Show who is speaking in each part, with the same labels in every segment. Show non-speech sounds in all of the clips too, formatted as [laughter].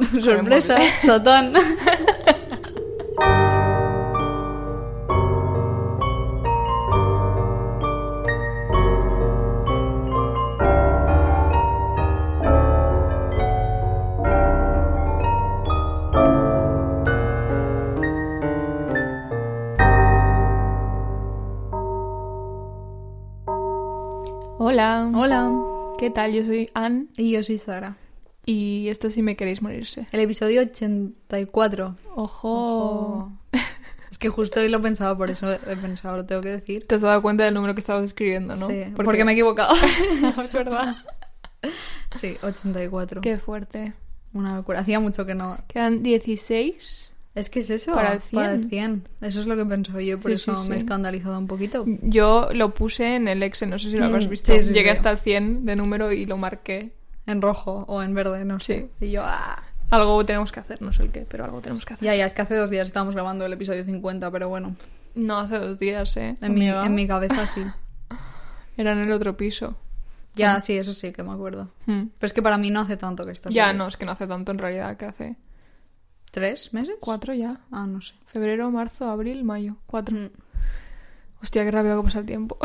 Speaker 1: Sorpresa, sotón.
Speaker 2: [laughs] Hola,
Speaker 1: Hola,
Speaker 2: ¿qué tal? Yo soy Ann
Speaker 1: y yo soy Sara.
Speaker 2: y esto sí me queréis morirse.
Speaker 1: El episodio 84.
Speaker 2: Ojo.
Speaker 1: Es que justo hoy lo pensaba, por eso he pensado, lo tengo que decir.
Speaker 2: Te has dado cuenta del número que estabas escribiendo, ¿no?
Speaker 1: Sí, porque me
Speaker 2: [laughs]
Speaker 1: he [laughs] equivocado.
Speaker 2: Es verdad.
Speaker 1: sí, 84.
Speaker 2: Qué fuerte.
Speaker 1: Una locura. Hacía mucho que no.
Speaker 2: Quedan 16.
Speaker 1: Es que es eso.
Speaker 2: Para el 100.
Speaker 1: Eso es lo que pensé yo, por
Speaker 2: Sí,
Speaker 1: eso
Speaker 2: sí,
Speaker 1: me he
Speaker 2: sí.
Speaker 1: escandalizado un poquito.
Speaker 2: Yo lo puse en el Excel, no sé si lo habrás
Speaker 1: Mm,
Speaker 2: visto.
Speaker 1: sí, sí,
Speaker 2: Llegué
Speaker 1: sí.
Speaker 2: hasta el 100 de número y lo marqué.
Speaker 1: En rojo o en verde, no sé. Y yo, ¡ah!
Speaker 2: Algo tenemos que hacer, no sé el qué, pero algo tenemos que hacer.
Speaker 1: Ya, ya, es que hace dos días estábamos grabando el episodio 50, pero bueno,
Speaker 2: No hace dos días, ¿eh?
Speaker 1: en, mi,
Speaker 2: amiga.
Speaker 1: en mi cabeza [laughs] sí.
Speaker 2: Era en el otro piso.
Speaker 1: Ya, sí, eso sí, que me acuerdo.
Speaker 2: Hmm.
Speaker 1: Pero es que para mí no hace tanto que estás.
Speaker 2: Ya,
Speaker 1: ahí.
Speaker 2: no, es que no hace tanto en realidad que hace.
Speaker 1: ¿Tres meses?
Speaker 2: ¿Cuatro ya?
Speaker 1: Ah, no sé.
Speaker 2: Febrero, marzo, abril, mayo. Cuatro.
Speaker 1: Mm.
Speaker 2: Hostia, qué rápido que pasa el
Speaker 1: [laughs]
Speaker 2: tiempo.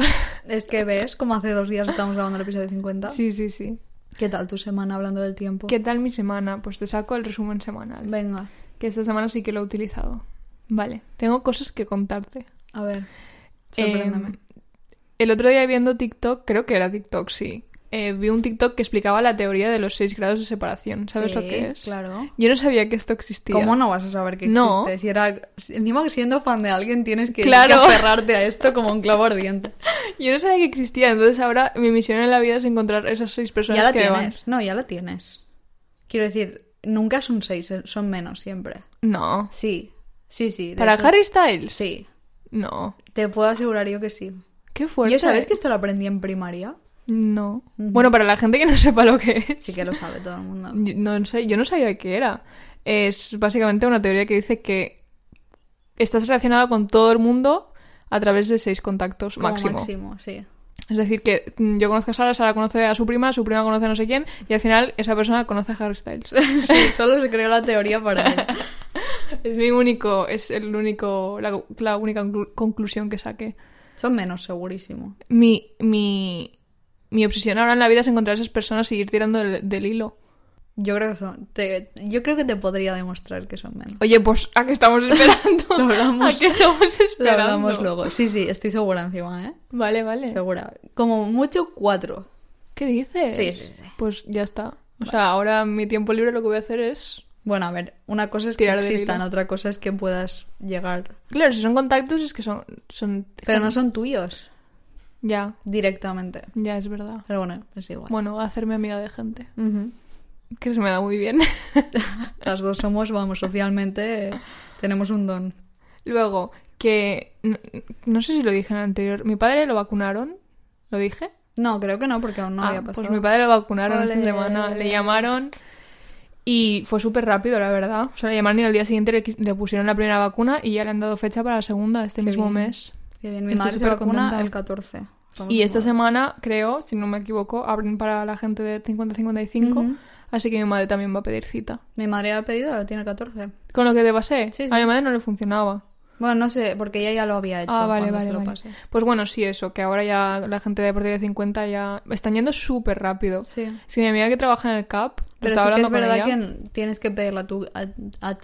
Speaker 1: Es que ves, como hace dos días estábamos grabando el episodio 50.
Speaker 2: sí, sí, sí.
Speaker 1: ¿Qué tal tu semana hablando del tiempo?
Speaker 2: ¿Qué tal mi semana? Pues te saco el resumen semanal.
Speaker 1: Venga,
Speaker 2: Que esta semana sí que lo he utilizado. Vale, tengo cosas que contarte.
Speaker 1: a ver. Em, Sorpréndeme.
Speaker 2: Eh, el otro día viendo TikTok, creo que era TikTok, sí. eh, vi un TikTok que explicaba la teoría de los 6 grados de separación. ¿Sabes
Speaker 1: Sí,
Speaker 2: lo que es?
Speaker 1: Claro.
Speaker 2: Yo no sabía que esto existía.
Speaker 1: ¿Cómo no vas a saber que
Speaker 2: No.
Speaker 1: existe? Si era... si- Encima que siendo fan de alguien tienes que,
Speaker 2: Claro.
Speaker 1: que aferrarte a esto como un clavo ardiente.
Speaker 2: Yo no sabía que existía. Entonces ahora mi misión en la vida es encontrar esas seis personas
Speaker 1: [laughs] ya la
Speaker 2: que me van-
Speaker 1: tienes. No, ya la tienes. Quiero decir, nunca son seis, eh, son menos siempre.
Speaker 2: No.
Speaker 1: Sí, sí, sí. de
Speaker 2: ¿Para
Speaker 1: hecho,
Speaker 2: Harry Styles?
Speaker 1: Sí,
Speaker 2: No.
Speaker 1: te puedo asegurar yo que sí.
Speaker 2: Qué fuerte.
Speaker 1: ¿Yo sabes que esto lo aprendí en primaria?
Speaker 2: No. Bueno, para la gente que no sepa lo que es.
Speaker 1: Sí que lo sabe todo el mundo.
Speaker 2: Yo- No sé, yo no sabía qué era. Es básicamente una teoría que dice que estás relacionado con todo el mundo a través de seis contactos
Speaker 1: Como
Speaker 2: máximo.
Speaker 1: máximo, sí. [laughs]
Speaker 2: Es decir, que mm, yo conozco a Sara, Sara conoce a su prima, su prima conoce a no sé quién, y al final esa persona conoce a Harry Styles. [laughs]
Speaker 1: Sí, solo se creó la teoría para él. [laughs]
Speaker 2: es mi único, es el único, la, la única conclu- conclusión que saqué.
Speaker 1: Son menos, segurísimo.
Speaker 2: Mi, mi, mi obsesión ahora en la vida es encontrar a esas personas y ir tirando del, del hilo.
Speaker 1: Yo creo que son. te- yo creo que te podría demostrar que son menos.
Speaker 2: Oye, pues, ¿a qué estamos [laughs] esperando?
Speaker 1: [laughs] Lo hablamos.
Speaker 2: ¿A qué estamos
Speaker 1: Pues, Lo
Speaker 2: esperando?
Speaker 1: hablamos luego. Sí, sí, estoy segura encima, ¿eh?
Speaker 2: Vale, vale.
Speaker 1: Segura. Como mucho cuatro.
Speaker 2: ¿Qué dices?
Speaker 1: Sí, sí, sí.
Speaker 2: Pues ya está. O sea, ahora en mi tiempo libre lo que voy a hacer es...
Speaker 1: Bueno, a ver, una cosa es que
Speaker 2: Tirar del
Speaker 1: existan,
Speaker 2: hilo.
Speaker 1: otra cosa es que puedas llegar.
Speaker 2: Claro, si son contactos es que son... son...
Speaker 1: Pero no son tuyos
Speaker 2: Ya,
Speaker 1: directamente.
Speaker 2: ya es verdad.
Speaker 1: Pero bueno, es igual.
Speaker 2: Bueno, hacerme amiga de gente.
Speaker 1: Ujú.
Speaker 2: Que se me da muy bien. [laughs]
Speaker 1: Las dos somos, vamos, socialmente eh, tenemos un don.
Speaker 2: luego, que... No, no sé si lo dije en el anterior. ¿Mi padre lo vacunaron? ¿Lo dije?
Speaker 1: No, creo que no, porque aún no
Speaker 2: Ah,
Speaker 1: había pasado.
Speaker 2: Pues mi padre lo vacunaron
Speaker 1: Ole.
Speaker 2: esta semana. Le llamaron y fue súper rápido, la verdad. O sea, le llamaron y al día siguiente le, quis- le pusieron la primera vacuna y ya le han dado fecha para la segunda este mismo
Speaker 1: bien.
Speaker 2: mes.
Speaker 1: Qué bien, mi
Speaker 2: Estoy
Speaker 1: madre se
Speaker 2: súper
Speaker 1: vacuna
Speaker 2: contenta.
Speaker 1: el 14. Estamos
Speaker 2: Y esta
Speaker 1: como-
Speaker 2: semana, creo, si no me equivoco, abren para la gente de 50-55.
Speaker 1: Ujú.
Speaker 2: Así que mi madre también va a pedir cita.
Speaker 1: Mi madre ya ha pedido, ahora tiene el 14.
Speaker 2: ¿Con lo que te pasé?
Speaker 1: Sí, sí.
Speaker 2: A mi madre no le funcionaba.
Speaker 1: Bueno, no sé, porque ella ya lo había hecho
Speaker 2: Ah, vale,
Speaker 1: cuando se
Speaker 2: vale,
Speaker 1: lo
Speaker 2: vale.
Speaker 1: pasé.
Speaker 2: Pues bueno, sí, eso, que ahora ya la gente de a partir de 50 ya... Están yendo súper rápido.
Speaker 1: Sí.
Speaker 2: Es que mi amiga que trabaja en el CAP... lo
Speaker 1: Pero sí
Speaker 2: estaba
Speaker 1: que es
Speaker 2: hablando con
Speaker 1: verdad
Speaker 2: ella.
Speaker 1: que n- tienes que pedirla tú. a- a-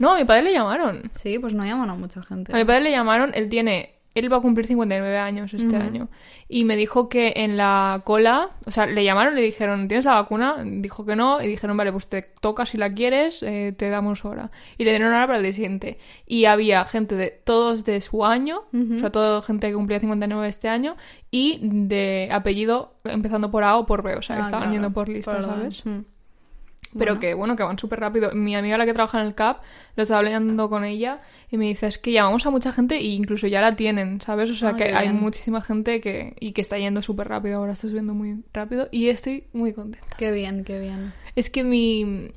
Speaker 2: No, a mi padre le llamaron.
Speaker 1: [laughs] sí, pues no llaman a mucha gente.
Speaker 2: A mi padre le llamaron, él tiene... Él va a cumplir 59 años este año. Y me dijo que en la cola... O sea, le llamaron, le dijeron, ¿tienes la vacuna? Dijo que no. Y dijeron, vale, pues te toca si la quieres, eh, te damos hora. Y le dieron hora para el día siguiente. Y había gente de todos de su año, o sea, toda gente que cumplía 59 este año, y de apellido empezando por A o por B. O sea,
Speaker 1: Ah,
Speaker 2: que pues, estaban
Speaker 1: claro,
Speaker 2: yendo por lista,
Speaker 1: perdón.
Speaker 2: ¿sabes?
Speaker 1: Mm.
Speaker 2: Pero que bueno, que van súper rápido. Mi amiga, la que trabaja en el CAP, lo estaba hablando con ella y me dice, es que llamamos a mucha gente e incluso ya la tienen, ¿sabes? O sea
Speaker 1: Ah,
Speaker 2: que
Speaker 1: qué
Speaker 2: hay
Speaker 1: bien.
Speaker 2: muchísima gente que, y que está yendo súper rápido, ahora está subiendo muy rápido y estoy muy contenta.
Speaker 1: Qué bien, qué bien.
Speaker 2: Es que mi,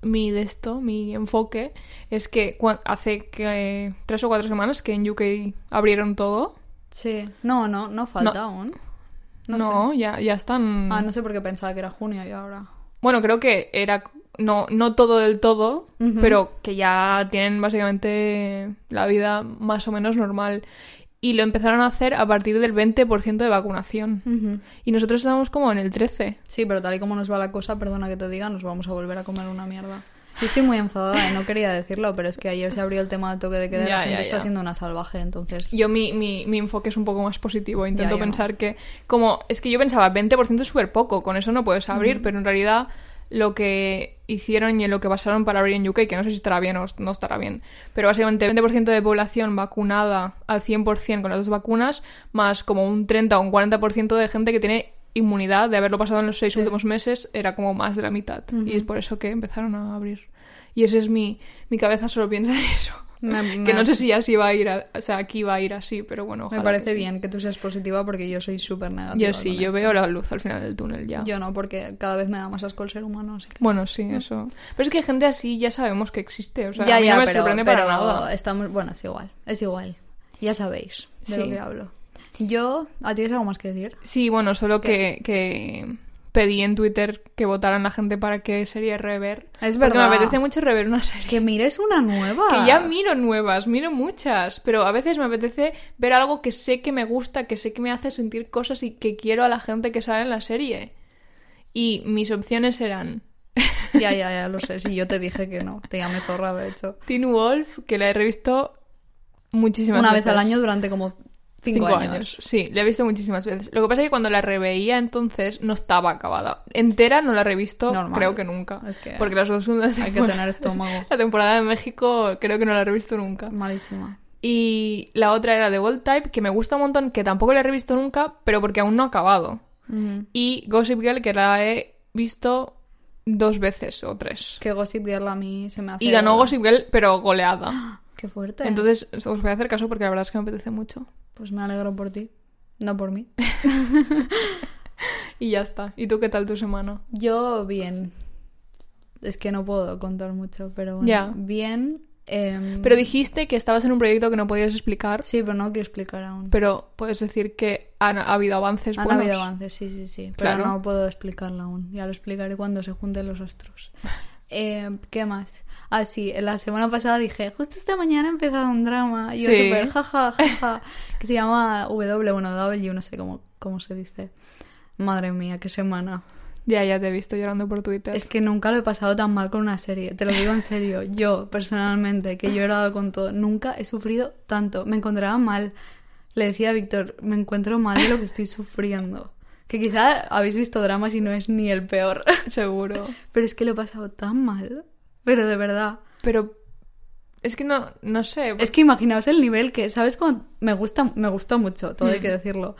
Speaker 2: mi de esto, mi enfoque, es que cua- hace que tres o cuatro semanas que en UK abrieron todo.
Speaker 1: Sí. No, no, no falta
Speaker 2: No.
Speaker 1: aún.
Speaker 2: No,
Speaker 1: No
Speaker 2: ya, ya están.
Speaker 1: Ah, no sé por qué pensaba que era junio y ahora.
Speaker 2: Bueno, creo que era no, no todo del todo, pero que ya tienen básicamente la vida más o menos normal. Y lo empezaron a hacer a partir del 20% de vacunación. Y nosotros estábamos como en el 13%.
Speaker 1: Sí, pero tal y como nos va la cosa, perdona que te diga, nos vamos a volver a comer una mierda. Y estoy muy enfadada y no quería decirlo, pero es que ayer se abrió el tema del toque de queda y
Speaker 2: Ya,
Speaker 1: la gente
Speaker 2: ya,
Speaker 1: está
Speaker 2: ya.
Speaker 1: siendo una salvaje, entonces...
Speaker 2: Yo mi, mi, mi enfoque es un poco más positivo. Intento
Speaker 1: Ya, yo
Speaker 2: pensar que, como, es que yo pensaba, 20% es súper poco, con eso no puedes abrir, pero en realidad lo que hicieron y en lo que basaron para abrir en UK, que no sé si estará bien o no estará bien, pero básicamente 20% de población vacunada al 100% con las dos vacunas, más como un 30 o un 40% de gente que tiene inmunidad de haberlo pasado en los seis últimos meses, era como más de la mitad. Y es por eso que empezaron a abrir. Y ese es mi, mi cabeza solo piensa en eso.
Speaker 1: Me-
Speaker 2: [laughs] Que
Speaker 1: me-
Speaker 2: no sé si ya sí va a ir, a- o sea, aquí va a ir así, pero bueno, ojalá
Speaker 1: Me parece
Speaker 2: que-
Speaker 1: bien que tú seas positiva porque yo soy súper negativa.
Speaker 2: Yo sí,
Speaker 1: con
Speaker 2: yo
Speaker 1: esto.
Speaker 2: veo la luz al final del túnel ya.
Speaker 1: Yo no, porque cada vez me da más asco el ser humano. así que-
Speaker 2: Bueno, sí, eso. Pero es que gente así ya sabemos que existe, o sea,
Speaker 1: ya,
Speaker 2: a mí
Speaker 1: ya,
Speaker 2: no me
Speaker 1: pero,
Speaker 2: sorprende
Speaker 1: pero
Speaker 2: para nada.
Speaker 1: estamos... Bueno, es igual, es igual. Ya sabéis de lo
Speaker 2: Sí.
Speaker 1: que hablo. Yo... ¿A ti tienes algo más que decir?
Speaker 2: Sí, bueno, solo que, que pedí en Twitter que votaran la gente para qué serie rever.
Speaker 1: Es
Speaker 2: Porque
Speaker 1: verdad.
Speaker 2: me apetece mucho rever una serie.
Speaker 1: Que mires una nueva.
Speaker 2: Que ya miro nuevas, miro muchas, pero a veces me apetece ver algo que sé que me gusta, que sé que me hace sentir cosas y que quiero a la gente que sale en la serie. Y mis opciones eran
Speaker 1: Ya, ya, ya, lo sé. Sí, yo te dije que no. Te llamé zorra, de hecho.
Speaker 2: Teen Wolf, que la he revisto muchísimas
Speaker 1: Una
Speaker 2: veces.
Speaker 1: vez al año durante como cinco, años.
Speaker 2: Sí, la he visto muchísimas veces. Lo que pasa es que cuando la reveía entonces no estaba acabada. Entera no la he revisto,
Speaker 1: Normal.
Speaker 2: creo que nunca.
Speaker 1: Es que
Speaker 2: porque las dos segundas [laughs]
Speaker 1: Hay que tener estómago.
Speaker 2: La temporada de México creo que no la he revisto nunca.
Speaker 1: Malísima.
Speaker 2: Y la otra era The World Type, que me gusta un montón, que tampoco la he revisto nunca, pero porque aún no ha acabado. Y Gossip Girl, que la he visto dos veces o tres.
Speaker 1: Es que Gossip Girl a mí se me hace... Ah,
Speaker 2: Y ganó Gossip Girl, pero goleada.
Speaker 1: Qué fuerte.
Speaker 2: Entonces os voy a hacer caso porque la verdad es que me apetece mucho.
Speaker 1: Pues me alegro por ti. No por mí.
Speaker 2: Y ya está. ¿Y tú qué tal tu semana?
Speaker 1: Yo bien. Es que no puedo contar mucho, pero bueno.
Speaker 2: Ya.
Speaker 1: Bien. em,
Speaker 2: Pero dijiste que estabas en un proyecto que no podías explicar,
Speaker 1: Sí, pero no quiero explicar aún.
Speaker 2: pero puedes decir que han, ha habido avances
Speaker 1: Han
Speaker 2: buenos.
Speaker 1: habido avances, sí, sí, sí. Pero
Speaker 2: Claro.
Speaker 1: no puedo explicarlo aún. Ya lo explicaré cuando se junten
Speaker 2: [laughs]
Speaker 1: los astros. Eh, ¿Qué más? Ah, sí, la semana pasada dije, justo esta mañana he empezado un drama. Y yo
Speaker 2: Sí.
Speaker 1: súper
Speaker 2: [laughs]
Speaker 1: jaja, jaja. Que se llama W, bueno, W, no sé cómo, cómo se dice. Madre mía, qué semana.
Speaker 2: Ya, ya te he visto llorando por Twitter.
Speaker 1: Es que nunca lo he pasado tan mal con una serie, te lo digo en serio. Yo, personalmente, que yo he llorado con todo, nunca he sufrido tanto. Me encontraba mal. Le decía a Víctor, me encuentro mal de lo que estoy sufriendo. Que quizá habéis visto dramas y no es ni el peor. [laughs]
Speaker 2: Seguro.
Speaker 1: Pero es que lo he pasado tan mal. Pero de verdad.
Speaker 2: Pero es que no, no sé.
Speaker 1: Es que imaginaos el nivel que, ¿sabes? Cuando me gusta, me gusta mucho, todo
Speaker 2: Mm.
Speaker 1: hay que decirlo.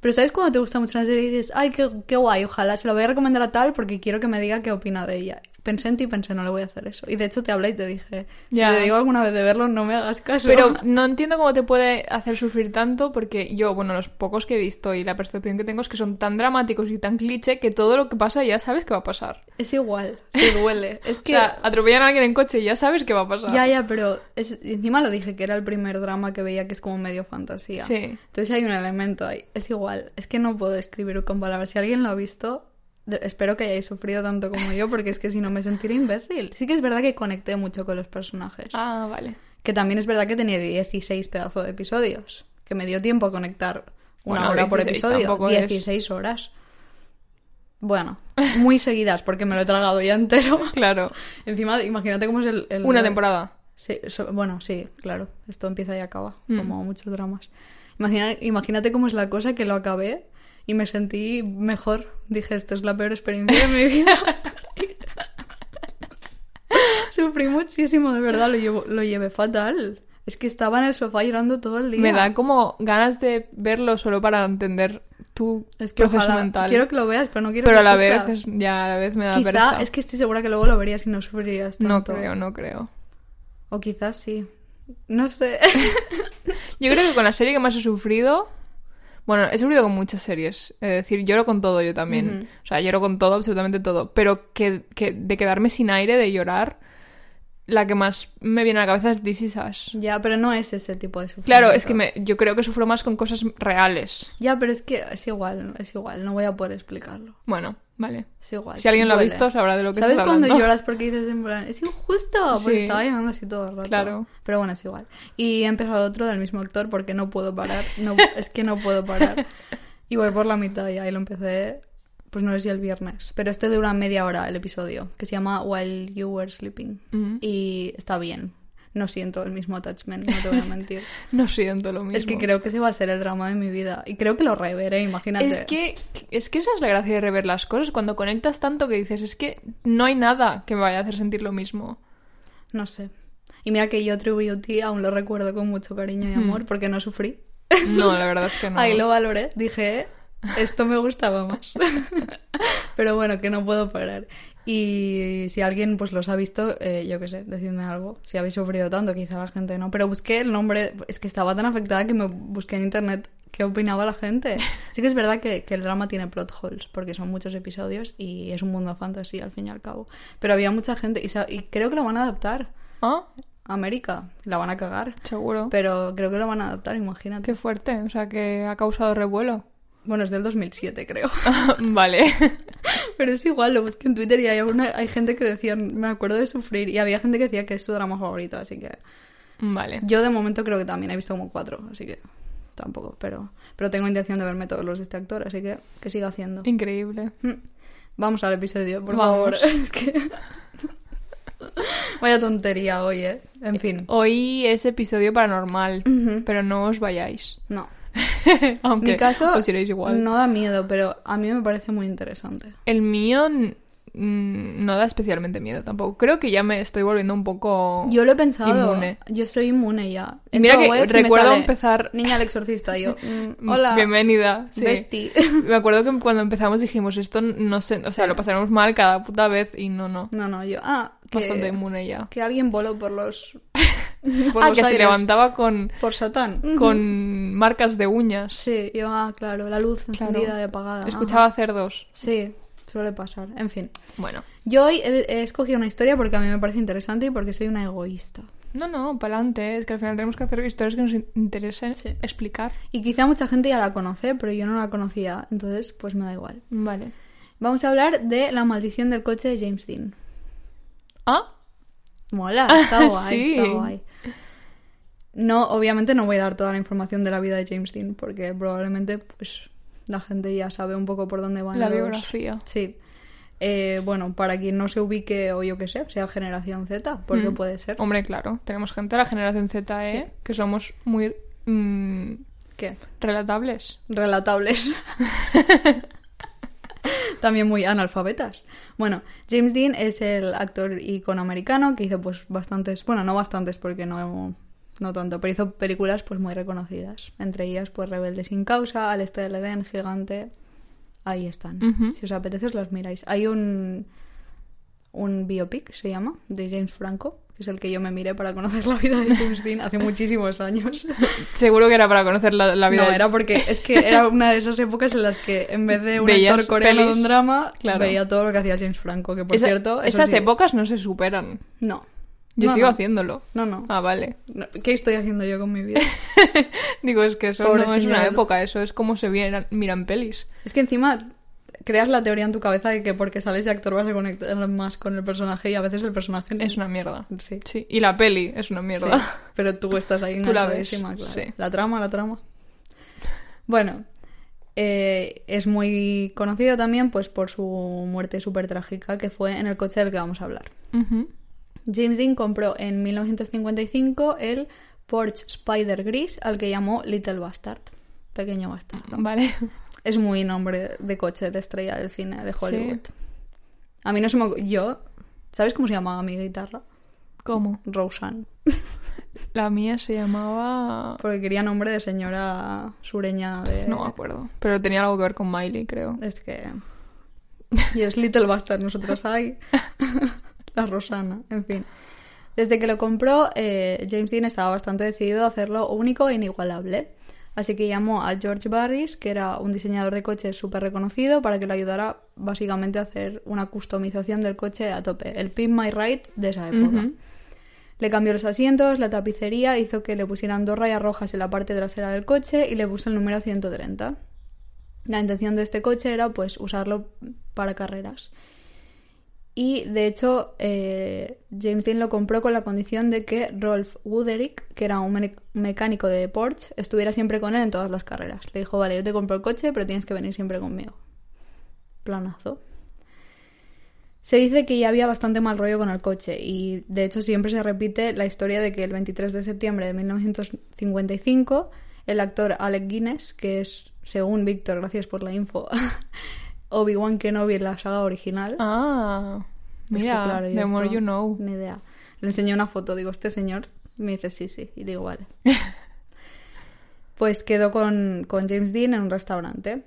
Speaker 1: Pero ¿sabes cuando te gusta mucho una serie y dices, ay, qué, qué guay, ojalá se la voy a recomendar a tal porque quiero que me diga qué opina de ella? Pensé en ti y pensé, no le voy a hacer eso. Y de hecho te hablé y te dije, si
Speaker 2: Ya.
Speaker 1: te digo alguna vez de verlo, no me hagas caso.
Speaker 2: Pero no entiendo cómo te puede hacer sufrir tanto porque yo, bueno, los pocos que he visto y la percepción que tengo es que son tan dramáticos y tan cliché que todo lo que pasa ya sabes que va a pasar.
Speaker 1: [laughs]
Speaker 2: [laughs]
Speaker 1: es igual, te duele. Es que...
Speaker 2: O sea, atropellan a alguien en coche y ya sabes que va a pasar.
Speaker 1: Ya, ya, pero es- encima lo dije que era el primer drama que veía que es como medio fantasía.
Speaker 2: Sí.
Speaker 1: Entonces hay un elemento ahí. Es igual, es que no puedo describirlo con palabras. Si alguien lo ha visto, de- espero que hayáis sufrido tanto como yo, porque es que si no me sentiré imbécil. Sí que es verdad que conecté mucho con los personajes.
Speaker 2: Ah, vale.
Speaker 1: Que también es verdad que tenía 16 pedazos de episodios. Que me dio tiempo a conectar una
Speaker 2: Bueno,
Speaker 1: hora por
Speaker 2: 16
Speaker 1: episodio.
Speaker 2: tampoco es-
Speaker 1: 16 horas. Bueno, muy seguidas, porque me lo he tragado ya entero.
Speaker 2: [laughs] Claro.
Speaker 1: Encima, imagínate cómo es el- el
Speaker 2: Una temporada.
Speaker 1: Sí, so- bueno, sí, claro. Esto empieza y acaba,
Speaker 2: Mm.
Speaker 1: como muchos dramas. Imagina- imagínate cómo es la cosa que lo acabé y me sentí mejor. Dije, esto es la peor experiencia de mi vida. [laughs] Sufrí muchísimo, de verdad, lo, llevo- lo llevé fatal. Es que estaba en el sofá llorando todo el día.
Speaker 2: Me da como ganas de verlo solo para entender tu
Speaker 1: Es que
Speaker 2: proceso
Speaker 1: ojalá-
Speaker 2: mental.
Speaker 1: Quiero que lo veas, pero no quiero
Speaker 2: Pero
Speaker 1: que
Speaker 2: a la
Speaker 1: sufras.
Speaker 2: vez, es- ya a la vez me da
Speaker 1: Quizá,
Speaker 2: pereza.
Speaker 1: es que estoy segura que luego lo verías y no sufrirías
Speaker 2: No
Speaker 1: tanto.
Speaker 2: creo, no creo.
Speaker 1: O quizás sí. No sé. [laughs]
Speaker 2: Yo creo que con la serie que más he sufrido. Bueno, he sufrido con muchas series. Es decir, lloro con todo yo también. O sea, lloro con todo, absolutamente todo. Pero que, que de quedarme sin aire, de llorar, la que más me viene a la cabeza es This Is Us.
Speaker 1: ya, pero no es ese tipo de sufrimiento.
Speaker 2: Claro, es que me, yo creo que sufro más con cosas reales.
Speaker 1: Ya, pero es que es igual, es igual. No voy a poder explicarlo.
Speaker 2: Bueno, vale.
Speaker 1: Es igual.
Speaker 2: Si alguien lo ha
Speaker 1: duele.
Speaker 2: visto, sabrá de lo que
Speaker 1: ¿Sabes
Speaker 2: estoy
Speaker 1: cuando
Speaker 2: hablando.
Speaker 1: lloras porque dices en plan, es injusto? Pues
Speaker 2: Sí.
Speaker 1: estaba llorando así todo el rato.
Speaker 2: Claro.
Speaker 1: Pero bueno, es igual. Y he empezado otro del mismo actor porque no puedo parar.
Speaker 2: [laughs]
Speaker 1: No, es que no puedo parar. Y voy por la mitad ya. Y lo empecé, pues no sé si el viernes. Pero este dura media hora el episodio, que se llama While You Were Sleeping. Y está bien. No siento el mismo attachment, no te voy
Speaker 2: [laughs]
Speaker 1: a mentir.
Speaker 2: No siento lo mismo.
Speaker 1: es que creo que ese va a ser el drama de mi vida. Y creo que lo reveré, imagínate.
Speaker 2: Es que, es que esa es la gracia de rever las cosas, cuando conectas tanto que dices, es que no hay nada que me vaya a hacer sentir lo
Speaker 1: [laughs]
Speaker 2: mismo.
Speaker 1: No sé. Y mira que yo True Beauty aún lo recuerdo con mucho cariño y amor porque no sufrí.
Speaker 2: No, la verdad es que no.
Speaker 1: Ahí lo valoré. Dije, "Eh, esto me gustaba más. Pero bueno, que no puedo parar. Y si alguien pues los ha visto, eh, yo qué sé, decidme algo. Si habéis sufrido tanto, quizá la gente no. Pero busqué el nombre, es que estaba tan afectada que me busqué en internet qué opinaba la gente. Sí que es verdad que, que el drama tiene plot holes, porque son muchos episodios y es un mundo fantasy al fin y al cabo. Pero había mucha gente y, sa- y creo que lo van a adaptar.
Speaker 2: Ah,
Speaker 1: América. La van a cagar.
Speaker 2: Seguro.
Speaker 1: Pero creo que lo van a adaptar, imagínate.
Speaker 2: Qué fuerte, o sea que ha causado revuelo. [laughs]
Speaker 1: Bueno, es del 2007, creo. [laughs]
Speaker 2: vale. [laughs]
Speaker 1: Pero es igual, lo busqué en Twitter y hay, alguna- hay gente que decía, me acuerdo de sufrir. Y había gente que decía que es su drama favorito, así que...
Speaker 2: vale.
Speaker 1: Yo de momento creo que también he visto como cuatro, así que tampoco. Pero, pero tengo intención de verme todos los de este actor, así que que siga haciendo.
Speaker 2: Increíble.
Speaker 1: Vamos al episodio, por
Speaker 2: Vamos.
Speaker 1: favor. [laughs] Es que... Vaya tontería hoy, ¿eh? En fin.
Speaker 2: Hoy es episodio paranormal, pero no os vayáis. [laughs]
Speaker 1: No.
Speaker 2: Aunque
Speaker 1: Mi caso
Speaker 2: os iréis igual.
Speaker 1: no da miedo, pero a mí me parece muy interesante.
Speaker 2: El mío mm, no da especialmente miedo tampoco. Creo que ya me estoy volviendo un poco...
Speaker 1: Yo lo he pensado.
Speaker 2: Inmune.
Speaker 1: Yo soy inmune ya.
Speaker 2: Y mira
Speaker 1: Entro a
Speaker 2: que
Speaker 1: webs y me
Speaker 2: recuerdo
Speaker 1: sale,
Speaker 2: empezar-
Speaker 1: Niña al
Speaker 2: [laughs]
Speaker 1: exorcista, yo. mm, hola.
Speaker 2: Bienvenida. sí.
Speaker 1: Bestie. [laughs]
Speaker 2: Me acuerdo que cuando empezamos dijimos esto no sé, o sea, lo pasaremos mal cada puta vez y no, no.
Speaker 1: No, no, yo. Ah, que,
Speaker 2: Bastante inmune [laughs] ya.
Speaker 1: que alguien voló por
Speaker 2: [laughs]
Speaker 1: los. por
Speaker 2: ah,
Speaker 1: los
Speaker 2: que se Mm.
Speaker 1: aires.
Speaker 2: levantaba con,
Speaker 1: Por Satán.
Speaker 2: con marcas de uñas.
Speaker 1: Sí, yo, ah, claro, la luz
Speaker 2: Claro.
Speaker 1: encendida y apagada.
Speaker 2: Escuchaba
Speaker 1: ajá.
Speaker 2: cerdos.
Speaker 1: Sí, suele pasar. En fin.
Speaker 2: Bueno.
Speaker 1: Yo hoy he, he escogido una historia porque a mí me parece interesante y porque soy una egoísta.
Speaker 2: No, no, pa'lante. Es que al final tenemos que hacer historias que nos in- interesen
Speaker 1: Sí.
Speaker 2: explicar.
Speaker 1: Y quizá mucha gente ya la conoce, pero yo no la conocía, entonces pues me da igual.
Speaker 2: Vale.
Speaker 1: Vamos a hablar de La maldición del coche de James Dean.
Speaker 2: Ah,
Speaker 1: Mola, está guay,
Speaker 2: Sí.
Speaker 1: está guay. No, obviamente no voy a dar toda la información de la vida de James Dean, porque probablemente pues la gente ya sabe un poco por dónde van
Speaker 2: la
Speaker 1: los-
Speaker 2: biografía.
Speaker 1: Sí. Eh, bueno, para quien no se ubique o yo que sé, sea generación Z, porque puede ser.
Speaker 2: Mm. Hombre, claro. Tenemos gente de la generación Z, ¿eh? Que somos muy mm,
Speaker 1: ¿Qué?
Speaker 2: relatables.
Speaker 1: relatables. [laughs] También muy analfabetas. Bueno, James Dean es el actor iconoamericano que hizo pues bastantes, bueno, no bastantes porque no no tanto, pero hizo películas pues muy reconocidas, entre ellas pues Rebelde sin causa, Al este del Edén, Gigante. Ahí están.
Speaker 2: Ujú.
Speaker 1: Si os apetece os las miráis. Hay un un biopic se llama de James Franco, que es el que yo me miré para conocer la vida de James Dean hace muchísimos años.
Speaker 2: Seguro que era para conocer la, la vida.
Speaker 1: No,
Speaker 2: de-
Speaker 1: era porque es que
Speaker 2: [laughs]
Speaker 1: era una de esas épocas en las que en vez de un
Speaker 2: Veías
Speaker 1: actor coreano de
Speaker 2: pelis.
Speaker 1: un drama,
Speaker 2: Claro.
Speaker 1: veía todo lo que hacía James Franco, que por
Speaker 2: Esa-
Speaker 1: cierto... eso
Speaker 2: esas
Speaker 1: sí-
Speaker 2: épocas no se superan.
Speaker 1: No.
Speaker 2: Yo
Speaker 1: No,
Speaker 2: sigo
Speaker 1: no.
Speaker 2: haciéndolo.
Speaker 1: No, no.
Speaker 2: Ah, vale. [laughs]
Speaker 1: No, ¿Qué estoy haciendo yo con mi vida?
Speaker 2: Digo, es que eso
Speaker 1: Pobre
Speaker 2: no es una
Speaker 1: señora.
Speaker 2: época, eso es como se vieran- miran pelis.
Speaker 1: es que encima creas la teoría en tu cabeza de que porque sales de actor vas a conectar más con el personaje y a veces el personaje...
Speaker 2: Es una mierda.
Speaker 1: Sí.
Speaker 2: Sí. Y la peli es una
Speaker 1: Sí,
Speaker 2: mierda.
Speaker 1: [laughs] pero tú estás ahí
Speaker 2: Tú la ves,
Speaker 1: enganchadísima, claro.
Speaker 2: sí.
Speaker 1: La trama, la trama. Bueno, eh, es muy conocido también pues por su muerte súper trágica que fue en el coche del que vamos a hablar.
Speaker 2: [laughs] Ujú.
Speaker 1: James Dean compró en 1955 el Porsche Spider Gris, al que llamó Little Bastard, pequeño bastardo.
Speaker 2: Vale.
Speaker 1: Es muy nombre de coche de estrella del cine de Hollywood.
Speaker 2: Sí.
Speaker 1: A mí no se me... ocu- Yo... ¿Sabes cómo se llamaba mi guitarra?
Speaker 2: ¿Cómo?
Speaker 1: Roseanne.
Speaker 2: La mía se llamaba...
Speaker 1: Porque quería nombre de señora sureña de...
Speaker 2: No me acuerdo. Pero tenía algo que ver con Miley, creo.
Speaker 1: Es que... [laughs] Y es Little Bastard, nosotras hay. [laughs] La Rosana, en fin. Desde que lo compró, eh, James Dean estaba bastante decidido a hacerlo único e inigualable. Así que llamó a George Barris, que era un diseñador de coches súper reconocido, para que lo ayudara básicamente a hacer una customización del coche a tope, el Pin My Ride de esa época. Le cambió los asientos, la tapicería, hizo que le pusieran dos rayas rojas en la parte trasera del coche y le puso el número 130. La intención de este coche era pues usarlo para carreras. Y de hecho, eh, James Dean lo compró con la condición de que Rolf Wooderick, que era un mec- mecánico de Porsche, estuviera siempre con él en todas las carreras. Le dijo, vale, yo te compro el coche, pero tienes que venir siempre conmigo. Planazo. Se dice que ya había bastante mal rollo con el coche y de hecho siempre se repite la historia de que el 23 de septiembre de 1955 el actor Alec Guinness, que es, según Víctor, gracias por la info, [laughs] Obi-Wan Kenobi en la saga original.
Speaker 2: Ah,
Speaker 1: Es que,
Speaker 2: mira,
Speaker 1: claro, yo
Speaker 2: The More
Speaker 1: esto,
Speaker 2: You Know.
Speaker 1: Ni idea. Le enseñé una foto, digo, este señor me dice sí, sí, y
Speaker 2: [laughs]
Speaker 1: digo, vale. pues quedó con, con James Dean en un restaurante.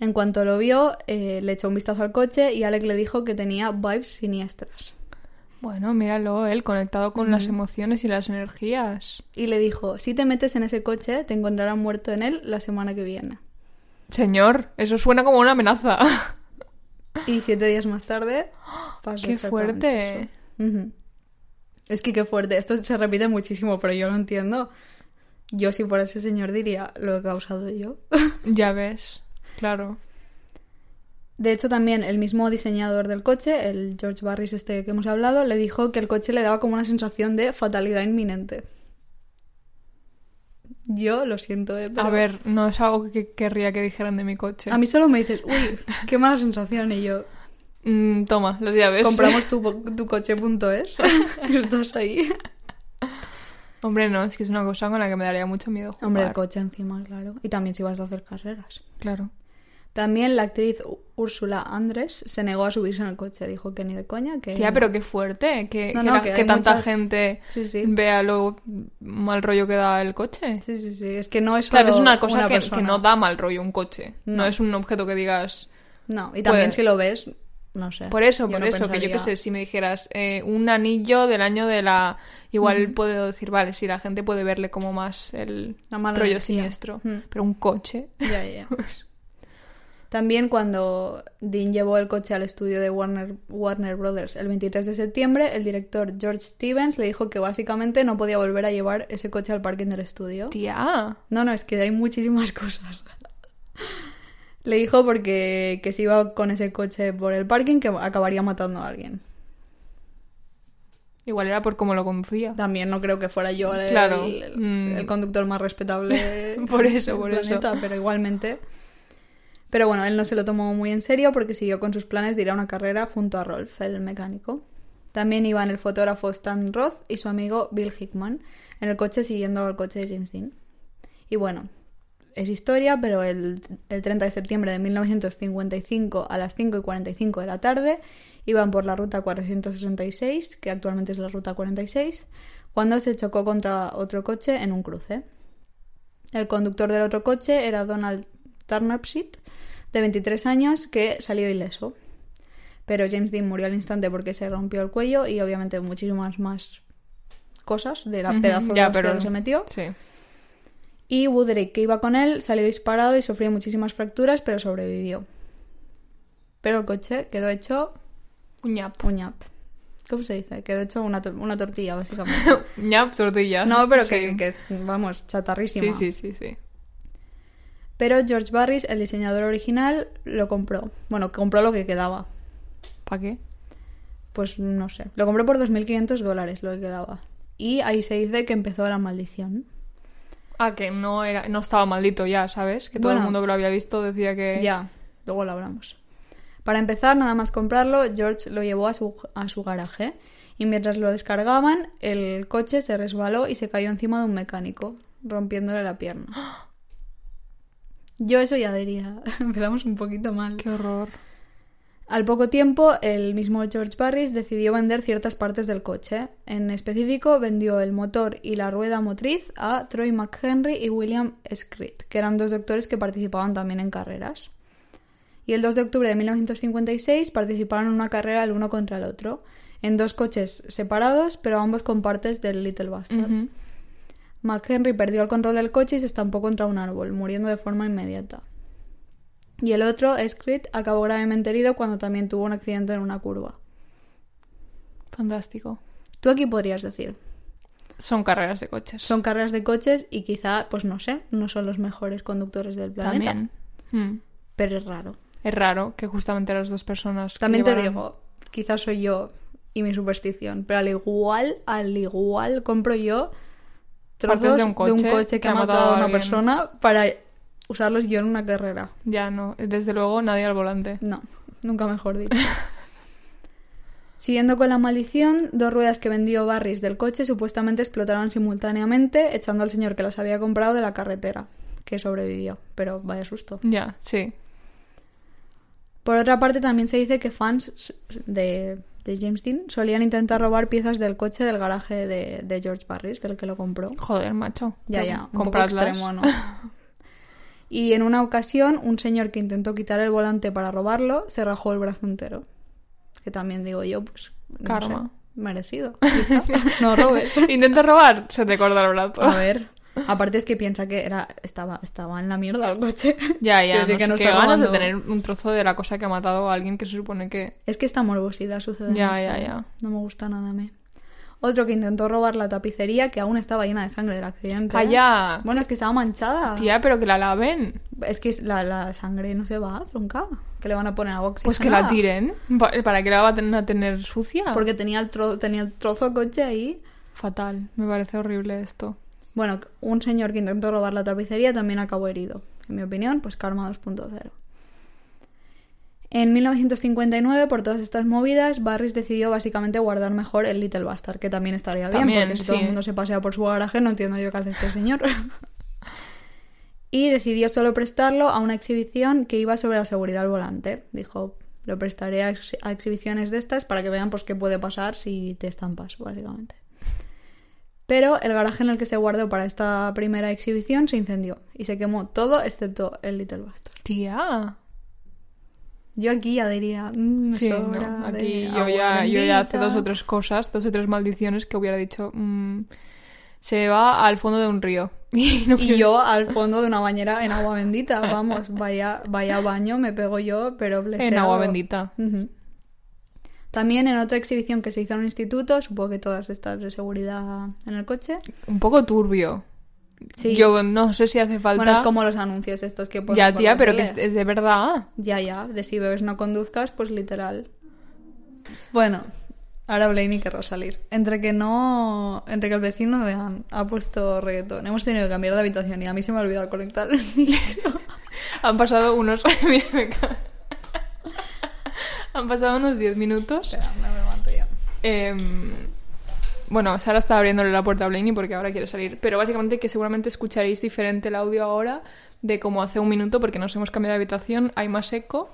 Speaker 1: En cuanto lo vio, eh, le echó un vistazo al coche y Alec le dijo que tenía vibes siniestras.
Speaker 2: Bueno, míralo, él conectado con las emociones y las energías.
Speaker 1: Y le dijo, si te metes en ese coche, te encontrarán muerto en él la semana que viene.
Speaker 2: Señor, eso suena como una amenaza. [laughs]
Speaker 1: Y siete días más tarde, pasó
Speaker 2: ¡Qué
Speaker 1: exactamente
Speaker 2: fuerte!
Speaker 1: eso. Ujú. Es que qué fuerte. Esto se repite muchísimo, pero yo lo entiendo. Yo, si fuera ese señor, diría lo he causado yo. [laughs]
Speaker 2: Ya ves, claro.
Speaker 1: De hecho, también el mismo diseñador del coche, el George Barris, este que hemos hablado, le dijo que el coche le daba como una sensación de fatalidad inminente. Yo lo siento, eh, pero
Speaker 2: A ver, no es algo que querría que dijeran de mi coche.
Speaker 1: A mí solo me dices, uy, qué mala sensación.
Speaker 2: [laughs]
Speaker 1: Y yo,
Speaker 2: Mm, toma, las llaves.
Speaker 1: compramos tu, tu [laughs] coche.es. Estás ahí.
Speaker 2: [laughs] Hombre, no, es que es una cosa con la que me daría mucho miedo jugar.
Speaker 1: Hombre, el coche encima, claro. Y también si vas a hacer carreras.
Speaker 2: Claro.
Speaker 1: También la actriz Ú- Úrsula Andrés se negó a subirse en el coche. Dijo que ni de coña, que...
Speaker 2: Tía, pero qué fuerte, que,
Speaker 1: Eh, No,
Speaker 2: que
Speaker 1: no,
Speaker 2: la-
Speaker 1: que hay
Speaker 2: que tanta
Speaker 1: muchas-
Speaker 2: gente
Speaker 1: Sí, sí.
Speaker 2: vea lo mal rollo que da el coche.
Speaker 1: Sí, sí, sí. Es que no es
Speaker 2: Claro,
Speaker 1: solo
Speaker 2: es una cosa que,
Speaker 1: persona.
Speaker 2: que no da mal rollo un coche. No.
Speaker 1: No.
Speaker 2: es un objeto que digas.
Speaker 1: No, y también
Speaker 2: Pues-
Speaker 1: si lo ves, no sé.
Speaker 2: Por eso,
Speaker 1: Yo
Speaker 2: por
Speaker 1: no
Speaker 2: eso, que yo qué
Speaker 1: pensaría-
Speaker 2: sé, si me dijeras eh, un anillo del año de la. Igual puedo decir, vale, si la gente puede verle como más el
Speaker 1: La mala
Speaker 2: rollo
Speaker 1: energía.
Speaker 2: siniestro.
Speaker 1: Mm.
Speaker 2: Pero un coche.
Speaker 1: [laughs] Ya, ya, ya. También cuando Dean llevó el coche al estudio de Warner, Warner Brothers el 23 de septiembre, el director George Stevens le dijo que básicamente no podía volver a llevar ese coche al parking del estudio.
Speaker 2: Tía.
Speaker 1: No, no, es que hay muchísimas [laughs] cosas. Le dijo porque que si iba con ese coche por el parking que acabaría matando a alguien.
Speaker 2: Igual era por cómo lo conducía.
Speaker 1: También no creo que fuera yo el,
Speaker 2: Claro,
Speaker 1: el-
Speaker 2: mm.
Speaker 1: el conductor más respetable
Speaker 2: [laughs] Por eso,
Speaker 1: del
Speaker 2: por eso.
Speaker 1: planeta, pero igualmente. Pero bueno, él no se lo tomó muy en serio porque siguió con sus planes de ir a una carrera junto a Rolf, el mecánico. También iban el fotógrafo Stan Roth y su amigo Bill Hickman en el coche siguiendo al coche de James Dean. Y bueno, es historia, pero el, el 30 de septiembre de 1955 a las 5 y 45 de la tarde iban por la ruta 466, que actualmente es la ruta 46, cuando se chocó contra otro coche en un cruce. El conductor del otro coche era Donald Turnipseed, de 23 años, que salió ileso. Pero James Dean murió al instante porque se rompió el cuello y obviamente muchísimas más cosas de la
Speaker 2: Ujú,
Speaker 1: pedazo de
Speaker 2: ya,
Speaker 1: hostia
Speaker 2: pero-
Speaker 1: que se metió.
Speaker 2: Sí.
Speaker 1: Y Woodrick, que iba con él, salió disparado y sufrió muchísimas fracturas, pero sobrevivió. Pero el coche quedó hecho
Speaker 2: Un ñap.
Speaker 1: un ñap. ¿Cómo se dice? Quedó hecho una, tor- una
Speaker 2: [laughs]
Speaker 1: tortilla, básicamente.
Speaker 2: ñap, tortilla.
Speaker 1: No, pero que,
Speaker 2: Sí.
Speaker 1: que es, vamos, chatarrísima.
Speaker 2: Sí, sí, sí, sí.
Speaker 1: Pero George Barris, el diseñador original, lo compró. Bueno, compró lo que quedaba.
Speaker 2: ¿Para qué?
Speaker 1: Pues no sé. Lo compró por 2.500 dólares, lo que quedaba. Y ahí se dice que empezó la maldición.
Speaker 2: Ah, que no era, no estaba maldito ya, ¿sabes? Que todo el
Speaker 1: Bueno.
Speaker 2: mundo que lo había visto decía que.
Speaker 1: Ya, luego lo hablamos. Para empezar, nada más comprarlo, George lo llevó a su, a su garaje y mientras lo descargaban, el coche se resbaló y se cayó encima de un mecánico, rompiéndole la pierna. [laughs] Yo eso ya diría, empezamos un poquito mal.
Speaker 2: Qué horror.
Speaker 1: Al poco tiempo, el mismo George Barris decidió vender ciertas partes del coche. En específico, vendió el motor y la rueda motriz a Troy McHenry y William Scritt, que eran dos doctores que participaban también en carreras. Y el 2 de octubre de 1956 participaron en una carrera el uno contra el otro, en dos coches separados, pero ambos con partes del Little Bastard.
Speaker 2: Ujú.
Speaker 1: McHenry perdió el control del coche y se estampó contra un árbol, muriendo de forma inmediata. Y el otro, Scritt, acabó gravemente herido cuando también tuvo un accidente en una curva.
Speaker 2: Fantástico.
Speaker 1: Tú aquí podrías decir,
Speaker 2: Son carreras de coches.
Speaker 1: son carreras de coches y quizá, pues no sé, no son los mejores conductores del planeta.
Speaker 2: También. Mm.
Speaker 1: Pero es raro.
Speaker 2: Es raro que justamente las dos personas. que
Speaker 1: También te
Speaker 2: llevaron-
Speaker 1: digo, quizás soy yo y mi superstición, pero al igual, al igual, compro yo
Speaker 2: Partes
Speaker 1: trozos de un coche, que, ha matado a una
Speaker 2: alguien.
Speaker 1: persona para usarlos yo en una carrera.
Speaker 2: Ya no. Desde luego, nadie al volante.
Speaker 1: No, nunca mejor dicho. Siguiendo con la maldición, dos ruedas que vendió Barris del coche supuestamente explotaron simultáneamente, echando al señor que las había comprado de la carretera, que sobrevivió, pero vaya susto.
Speaker 2: Ya, sí.
Speaker 1: Por otra parte, también se dice que fans de, de James Dean solían intentar robar piezas del coche del garaje de, de George Barris, del que lo compró.
Speaker 2: Joder, macho.
Speaker 1: Ya,
Speaker 2: Pero
Speaker 1: ya, un poco
Speaker 2: compradlas. [laughs]
Speaker 1: extremo, ¿no? [laughs] Y en una ocasión, un señor que intentó quitar el volante para robarlo se rajó el brazo entero. Que también digo yo, pues. no
Speaker 2: Karma.
Speaker 1: sé, [laughs] merecido. quizá. [laughs] no robes.
Speaker 2: Intenta robar, se te corta el brazo.
Speaker 1: [laughs] A ver. Aparte es que piensa que era estaba estaba en la mierda el coche. [laughs]
Speaker 2: Ya,
Speaker 1: Quiero
Speaker 2: ya.
Speaker 1: decir
Speaker 2: No
Speaker 1: que
Speaker 2: sé,
Speaker 1: no
Speaker 2: qué
Speaker 1: está
Speaker 2: ganas de
Speaker 1: robando.
Speaker 2: tener un trozo de la cosa que ha matado a alguien que se supone que.
Speaker 1: Es que esta morbosidad sucede
Speaker 2: Ya,
Speaker 1: mucho,
Speaker 2: ya,
Speaker 1: ¿eh?
Speaker 2: ya.
Speaker 1: No me gusta nada a mí. Otro que intentó robar la tapicería que aún estaba llena de sangre del accidente. ¿eh?
Speaker 2: Allá.
Speaker 1: Bueno, es que estaba manchada.
Speaker 2: Tía, pero que la laven.
Speaker 1: Es que la, la sangre no se va, tronca. Que le van a poner agua oxigenada.
Speaker 2: Pues que la tiren. Pa- ¿Para qué la va a tener, a tener sucia?
Speaker 1: Porque tenía el, tro- tenía el trozo de coche ahí.
Speaker 2: Fatal. Me parece horrible esto.
Speaker 1: Bueno, un señor que intentó robar la tapicería también acabó herido. En mi opinión, pues Karma 2.0. En 1959, por todas estas movidas, Barris decidió básicamente guardar mejor el Little Bastard, que también estaría bien,
Speaker 2: También,
Speaker 1: porque si todo
Speaker 2: sí.
Speaker 1: el mundo se pasea por su garaje, no entiendo yo qué hace este señor. [laughs] y decidió solo prestarlo a una exhibición que iba sobre la seguridad al volante. Dijo, lo prestaré a, ex- a exhibiciones de estas para que vean pues, qué puede pasar si te estampas, básicamente. Pero el garaje en el que se guardó para esta primera exhibición se incendió y se quemó todo excepto el Little Bastard.
Speaker 2: Tía.
Speaker 1: Yo aquí ya diría, "Mm, me
Speaker 2: Sí, no,
Speaker 1: sobra de
Speaker 2: aquí yo
Speaker 1: agua
Speaker 2: ya, yo ya hace
Speaker 1: bendita".
Speaker 2: dos o tres cosas, dos o tres maldiciones que hubiera dicho. mm, se va al fondo de un río. [laughs] Y, no
Speaker 1: Y
Speaker 2: quiero-
Speaker 1: yo al fondo de una bañera en agua bendita, vamos, vaya, vaya baño, me pego yo, pero
Speaker 2: En
Speaker 1: bleseo.
Speaker 2: agua bendita.
Speaker 1: Ujú. También en otra exhibición que se hizo en un instituto, supongo que todas estas de seguridad en el coche.
Speaker 2: Un poco turbio.
Speaker 1: Sí.
Speaker 2: Yo no sé si hace falta.
Speaker 1: Bueno, es como los anuncios estos que ponen
Speaker 2: ya,
Speaker 1: por
Speaker 2: tía,
Speaker 1: la
Speaker 2: pero que es,
Speaker 1: tele.
Speaker 2: es de verdad.
Speaker 1: Ya, ya, de si bebes no conduzcas, pues literal. Bueno, ahora Blaney querrá salir. Entre que no. Entre que el vecino de Ann ha puesto reggaetón, hemos tenido que cambiar de habitación y a mí se me ha olvidado conectar el micro.
Speaker 2: Han pasado unos. [laughs] Mira, me
Speaker 1: [laughs]
Speaker 2: ca- Han pasado unos 10 minutos.
Speaker 1: Espera, me levanto ya.
Speaker 2: Em, bueno, Sara está abriéndole la puerta a Blaney porque ahora quiere salir. Pero básicamente que seguramente escucharéis diferente el audio ahora de como hace un minuto porque nos hemos cambiado de habitación, hay más eco.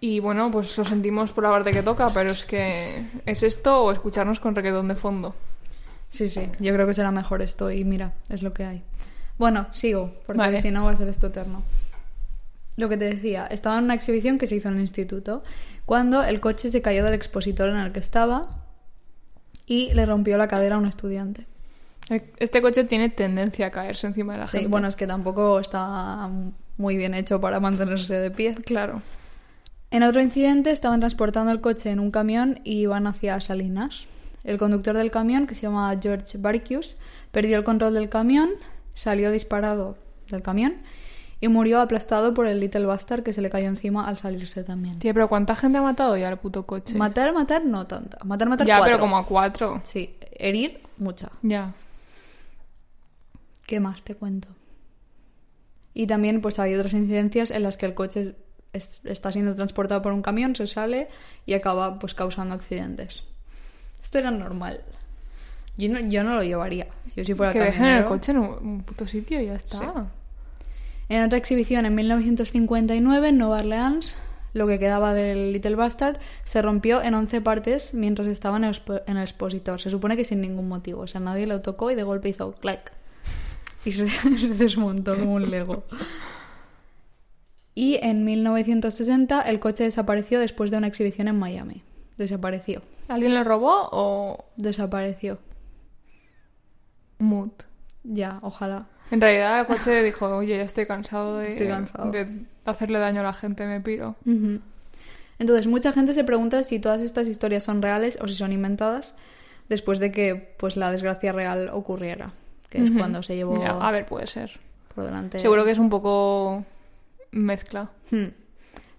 Speaker 2: Y bueno, pues lo sentimos por la parte que toca, pero es que es esto o escucharnos con reggaetón de fondo.
Speaker 1: Sí, sí, yo creo que será mejor esto y mira, es lo que hay. Bueno, sigo, porque
Speaker 2: Vale.
Speaker 1: si no va a ser esto eterno. Lo que te decía, estaba en una exhibición que se hizo en el instituto, cuando el coche se cayó del expositor en el que estaba y le rompió la cadera a un estudiante.
Speaker 2: Este coche tiene tendencia a caerse encima de la
Speaker 1: Sí,
Speaker 2: gente.
Speaker 1: bueno, es que tampoco está muy bien hecho para mantenerse de pie.
Speaker 2: claro.
Speaker 1: En otro incidente estaban transportando el coche en un camión y iban hacia Salinas. El conductor del camión, que se llama George Barkius, perdió el control del camión, salió disparado del camión y murió aplastado por el Little Bastard que se le cayó encima al salirse también.
Speaker 2: Tía, pero ¿cuánta gente ha matado ya el puto coche?
Speaker 1: Matar, matar, no tanta. Matar, matar,
Speaker 2: ya,
Speaker 1: cuatro.
Speaker 2: pero como a cuatro.
Speaker 1: Sí, herir, mucha.
Speaker 2: Ya.
Speaker 1: ¿Qué más te cuento? Y también pues hay otras incidencias en las que el coche es- está siendo transportado por un camión, se sale y acaba pues causando accidentes. Esto era normal. Yo no, yo no lo llevaría. Yo si fuera
Speaker 2: que dejen el
Speaker 1: camionero-
Speaker 2: coche en un, un puto sitio y ya está.
Speaker 1: En otra exhibición en 1959 en Nueva Orleans lo que quedaba del Little Bastard, se rompió en 11 partes mientras estaba en el, expo- en el expositor. Se supone que sin ningún motivo. O sea, nadie lo tocó y de golpe hizo clac. Y se, [laughs] se desmontó como un Lego. Y en 1960 el coche desapareció después de una exhibición en Miami. Desapareció.
Speaker 2: ¿Alguien lo robó o
Speaker 1: Desapareció.
Speaker 2: mood?
Speaker 1: Ya, ojalá.
Speaker 2: En realidad el
Speaker 1: [laughs]
Speaker 2: coche dijo, oye, ya estoy cansado de,
Speaker 1: Estoy cansado.
Speaker 2: de hacerle daño a la gente, me piro.
Speaker 1: Ujú. Entonces, mucha gente se pregunta si todas estas historias son reales o si son inventadas después de que pues la desgracia real ocurriera, que es cuando se llevó
Speaker 2: Ya, a ver, puede ser.
Speaker 1: por delante.
Speaker 2: Seguro que es un poco mezcla.
Speaker 1: Hmm.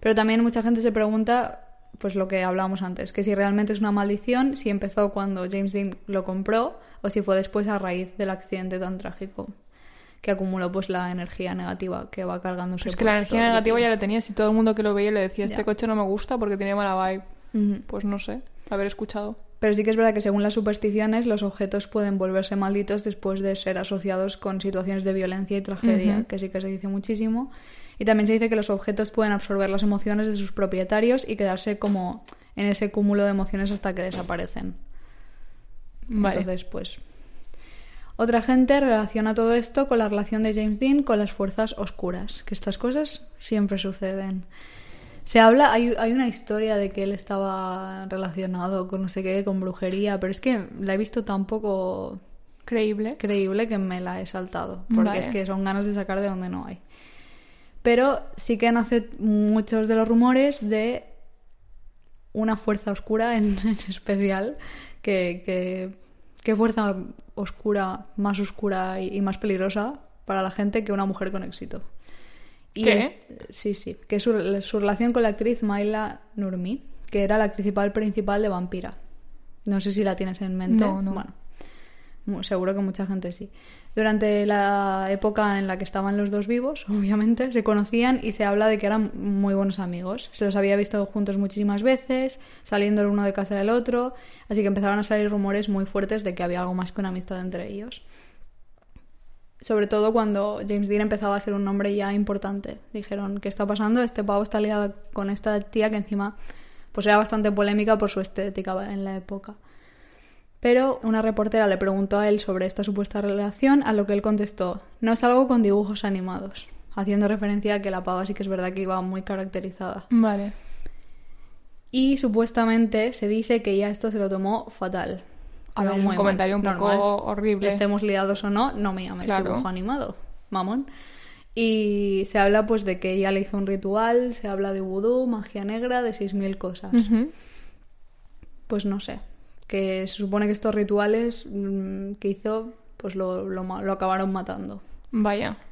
Speaker 1: Pero también mucha gente se pregunta pues lo que hablábamos antes, que si realmente es una maldición, si empezó cuando James Dean lo compró o si fue después a raíz del accidente tan trágico que acumuló pues la energía negativa que va cargándose.
Speaker 2: es que la
Speaker 1: pues,
Speaker 2: energía
Speaker 1: todo el
Speaker 2: negativa
Speaker 1: día.
Speaker 2: ya la tenía, si todo el mundo que lo veía le decía, este
Speaker 1: Ya.
Speaker 2: coche no me gusta porque tiene mala vibe.
Speaker 1: Ujú.
Speaker 2: Pues no sé, haber escuchado.
Speaker 1: Pero sí que es verdad que según las supersticiones, los objetos pueden volverse malditos después de ser asociados con situaciones de violencia y tragedia, que sí que se dice muchísimo. Y también se dice que los objetos pueden absorber las emociones de sus propietarios y quedarse como en ese cúmulo de emociones hasta que desaparecen.
Speaker 2: Vale.
Speaker 1: Entonces, pues. Otra gente relaciona todo esto con la relación de James Dean con las fuerzas oscuras, que estas cosas siempre suceden. Se habla, hay, hay una historia de que él estaba relacionado con no sé qué, con brujería, pero es que la he visto tan poco
Speaker 2: Creíble.
Speaker 1: creíble que me la he saltado, porque
Speaker 2: ¿eh? Vale.
Speaker 1: es que son ganas de sacar de donde no hay. Pero sí que nace muchos de los rumores de una fuerza oscura en, [laughs] en especial, que, que, qué fuerza oscura, más oscura y, y más peligrosa para la gente que una mujer con éxito. Y
Speaker 2: ¿Qué?
Speaker 1: es- sí, sí, que es su, su relación con la actriz Maila Nurmi, que era la principal principal de Vampira. No sé si la tienes en mente.
Speaker 2: No, no.
Speaker 1: Bueno, mu- seguro que mucha gente sí. Durante la época en la que estaban los dos vivos, [laughs] obviamente, se conocían y se habla de que eran muy buenos amigos. Se los había visto juntos muchísimas veces, saliendo el uno de casa del otro, así que empezaron a salir rumores muy fuertes de que había algo más que una amistad entre ellos. Sobre todo cuando James Dean empezaba a ser un nombre ya importante. Dijeron, ¿qué está pasando? Este pavo está liado con esta tía que encima pues era bastante polémica por su estética en la época. Pero una reportera le preguntó a él sobre esta supuesta relación, a lo que él contestó, no es algo con dibujos animados, haciendo referencia a que la pava sí que es verdad que iba muy caracterizada.
Speaker 2: Vale.
Speaker 1: Y supuestamente se dice que ya esto se lo tomó fatal.
Speaker 2: A ver,
Speaker 1: Pero
Speaker 2: es un
Speaker 1: muy
Speaker 2: comentario un
Speaker 1: mal,
Speaker 2: poco horrible.
Speaker 1: Estemos liados o no, no me llames
Speaker 2: Claro.
Speaker 1: dibujo animado, mamón. Y se habla pues de que ella le hizo un ritual, se habla de vudú, magia negra, de 6.000 cosas.
Speaker 2: Ujú.
Speaker 1: Pues no sé, que se supone que estos rituales mm, que hizo pues lo, lo ma- lo acabaron matando.
Speaker 2: Vaya. [laughs]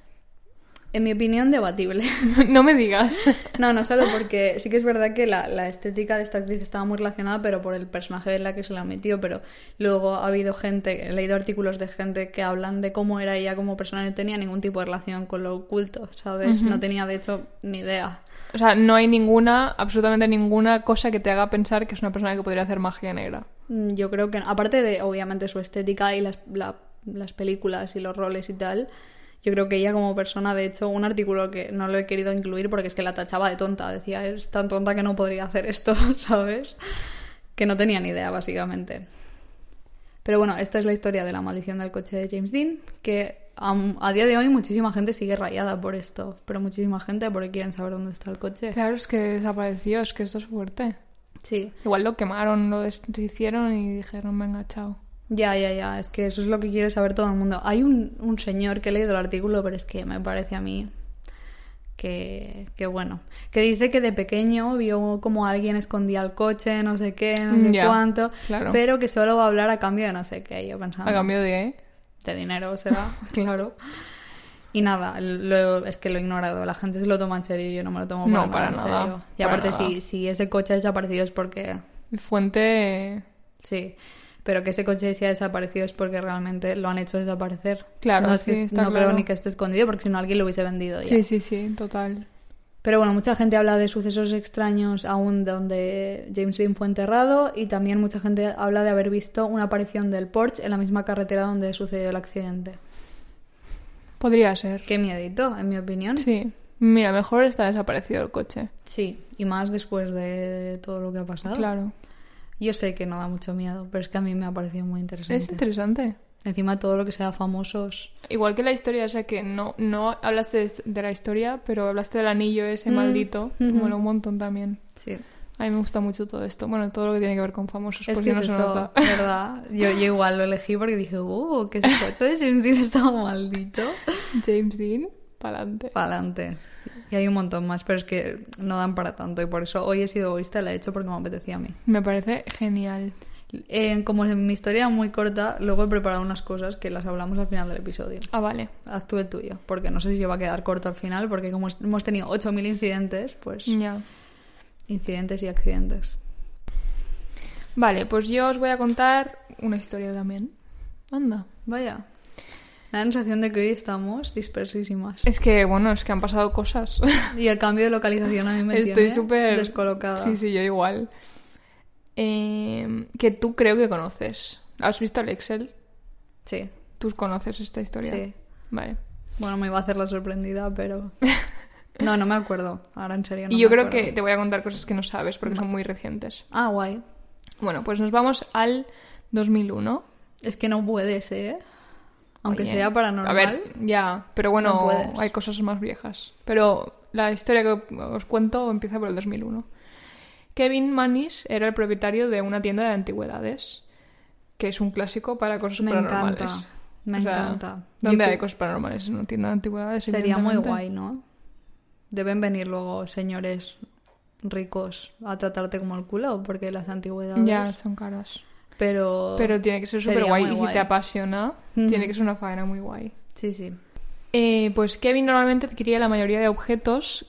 Speaker 1: En mi opinión, debatible.
Speaker 2: no me digas.
Speaker 1: No, no solo porque sí que es verdad que la, la estética de esta actriz estaba muy relacionada, pero por el personaje en la que se la metió, pero luego ha habido gente, he leído artículos de gente que hablan de cómo era ella como persona, no tenía ningún tipo de relación con lo oculto, ¿sabes? No tenía, de hecho, ni idea.
Speaker 2: O sea, no hay ninguna, absolutamente ninguna cosa que te haga pensar que es una persona que podría hacer magia negra.
Speaker 1: Mm, Yo creo que, aparte de, obviamente, su estética y las, la- las películas y los roles y tal, yo creo que ella como persona, de hecho, un artículo que no lo he querido incluir porque es que la tachaba de tonta, decía, es tan tonta que no podría hacer esto, [laughs] ¿sabes? Que no tenía ni idea, básicamente. Pero bueno, esta es la historia de la maldición del coche de James Dean, que a, a día de hoy muchísima gente sigue rayada por esto, pero muchísima gente porque quieren saber dónde está el coche.
Speaker 2: Claro, es que desapareció, es que esto es fuerte.
Speaker 1: Sí.
Speaker 2: Igual lo quemaron, lo deshicieron y dijeron, venga, chao.
Speaker 1: Ya, ya, ya, es que eso es lo que quiere saber todo el mundo. Hay un, un señor que he leído el artículo, pero es que me parece a mí que, que bueno, que dice que de pequeño vio como alguien escondía el coche, no sé qué, no sé
Speaker 2: Ya,
Speaker 1: cuánto,
Speaker 2: claro.
Speaker 1: pero que solo va a hablar a cambio de no sé qué, yo pensando,
Speaker 2: A cambio de... ¿eh?
Speaker 1: de dinero será, [laughs] claro. Y nada, lo- es que lo he ignorado, la gente se lo toma en serio y yo no me lo tomo
Speaker 2: No, para
Speaker 1: en
Speaker 2: nada,
Speaker 1: serio. Y
Speaker 2: para
Speaker 1: aparte,
Speaker 2: nada.
Speaker 1: si, si ese coche ha desaparecido es porque
Speaker 2: Fuente...
Speaker 1: Sí, pero que ese coche si ha desaparecido es porque realmente lo han hecho desaparecer.
Speaker 2: Claro,
Speaker 1: no, es que
Speaker 2: sí,
Speaker 1: est-
Speaker 2: está
Speaker 1: no
Speaker 2: claro.
Speaker 1: creo ni que esté escondido porque si no alguien lo hubiese vendido ya.
Speaker 2: Sí, sí, sí, total.
Speaker 1: Pero bueno, mucha gente habla de sucesos extraños aún donde James Dean fue enterrado y también mucha gente habla de haber visto una aparición del Porsche en la misma carretera donde sucedió el accidente.
Speaker 2: Podría ser.
Speaker 1: Qué miedito, en mi opinión.
Speaker 2: Sí. Mira, mejor está desaparecido el coche.
Speaker 1: Sí, y más después de todo lo que ha pasado.
Speaker 2: Claro.
Speaker 1: Yo sé que no da mucho miedo, pero es que a mí me ha parecido muy interesante.
Speaker 2: Es interesante.
Speaker 1: Encima todo lo que sea famosos.
Speaker 2: Igual que la historia, o sea que no, no hablaste de- de la historia, pero hablaste del anillo
Speaker 1: Mm.
Speaker 2: ese
Speaker 1: [laughs]
Speaker 2: maldito. Me mola un montón también.
Speaker 1: Sí.
Speaker 2: A mí me gusta mucho todo esto. Bueno, todo lo que tiene que ver con famosos,
Speaker 1: Es
Speaker 2: por
Speaker 1: que
Speaker 2: si no
Speaker 1: es
Speaker 2: se
Speaker 1: eso, [laughs]
Speaker 2: nota.
Speaker 1: ¿verdad? Yo, yo igual lo elegí porque dije, uh, que este coche de James Dean está maldito.
Speaker 2: James Dean, pa'lante.
Speaker 1: Pa'lante. Y hay un montón más, pero es que no dan para tanto y por eso hoy he sido egoísta, la he hecho porque me apetecía a mí.
Speaker 2: Me parece genial.
Speaker 1: Eh, como es mi historia muy corta, luego he preparado unas cosas que las hablamos al final del episodio.
Speaker 2: Ah, vale.
Speaker 1: Haz tú el tuyo, porque no sé si se va a quedar corto al final, porque como es- hemos tenido 8.000 incidentes, pues
Speaker 2: Ya.
Speaker 1: incidentes y accidentes.
Speaker 2: Vale, pues yo os voy a contar una historia también. Anda.
Speaker 1: Vaya. Me da la sensación de que hoy estamos dispersísimas.
Speaker 2: Es que, bueno, es que han pasado cosas. [laughs]
Speaker 1: Y el cambio de localización a mí me
Speaker 2: Estoy
Speaker 1: tiene
Speaker 2: súper
Speaker 1: descolocada.
Speaker 2: Sí, sí, yo igual. Eh, que tú creo que conoces. ¿Has visto el Excel?
Speaker 1: Sí,
Speaker 2: ¿Tú conoces esta historia?
Speaker 1: sí.
Speaker 2: Vale.
Speaker 1: Bueno, me iba a hacer la sorprendida,
Speaker 2: [laughs]
Speaker 1: pero... No, no me acuerdo. Ahora en serio no
Speaker 2: y yo
Speaker 1: me
Speaker 2: creo
Speaker 1: acuerdo.
Speaker 2: que te voy a contar cosas que no sabes porque son muy recientes.
Speaker 1: Ah, guay.
Speaker 2: Bueno, pues nos vamos al 2001.
Speaker 1: Es que no puedes, ¿eh? Aunque
Speaker 2: Oye,
Speaker 1: sea paranormal.
Speaker 2: A ver, ya. Pero bueno,
Speaker 1: no puedes.
Speaker 2: hay cosas más viejas. Pero la historia que os cuento empieza por el 2001. Kevin Manis era el propietario de una tienda de antigüedades, que es un clásico para cosas
Speaker 1: Me
Speaker 2: paranormales.
Speaker 1: encanta, me encanta.
Speaker 2: ¿Dónde
Speaker 1: Yo
Speaker 2: hay
Speaker 1: pi-
Speaker 2: cosas paranormales? En una tienda de antigüedades.
Speaker 1: Sería muy
Speaker 2: evidentemente.
Speaker 1: guay, ¿no? Deben venir luego señores ricos a tratarte como el culo, porque las antigüedades...
Speaker 2: Ya, son caras.
Speaker 1: Pero...
Speaker 2: Pero tiene que ser
Speaker 1: Sería
Speaker 2: súper guay.
Speaker 1: muy
Speaker 2: Y si
Speaker 1: guay.
Speaker 2: te apasiona, tiene que ser una faena muy guay.
Speaker 1: Sí, sí.
Speaker 2: Eh, pues Kevin normalmente adquiría la mayoría de objetos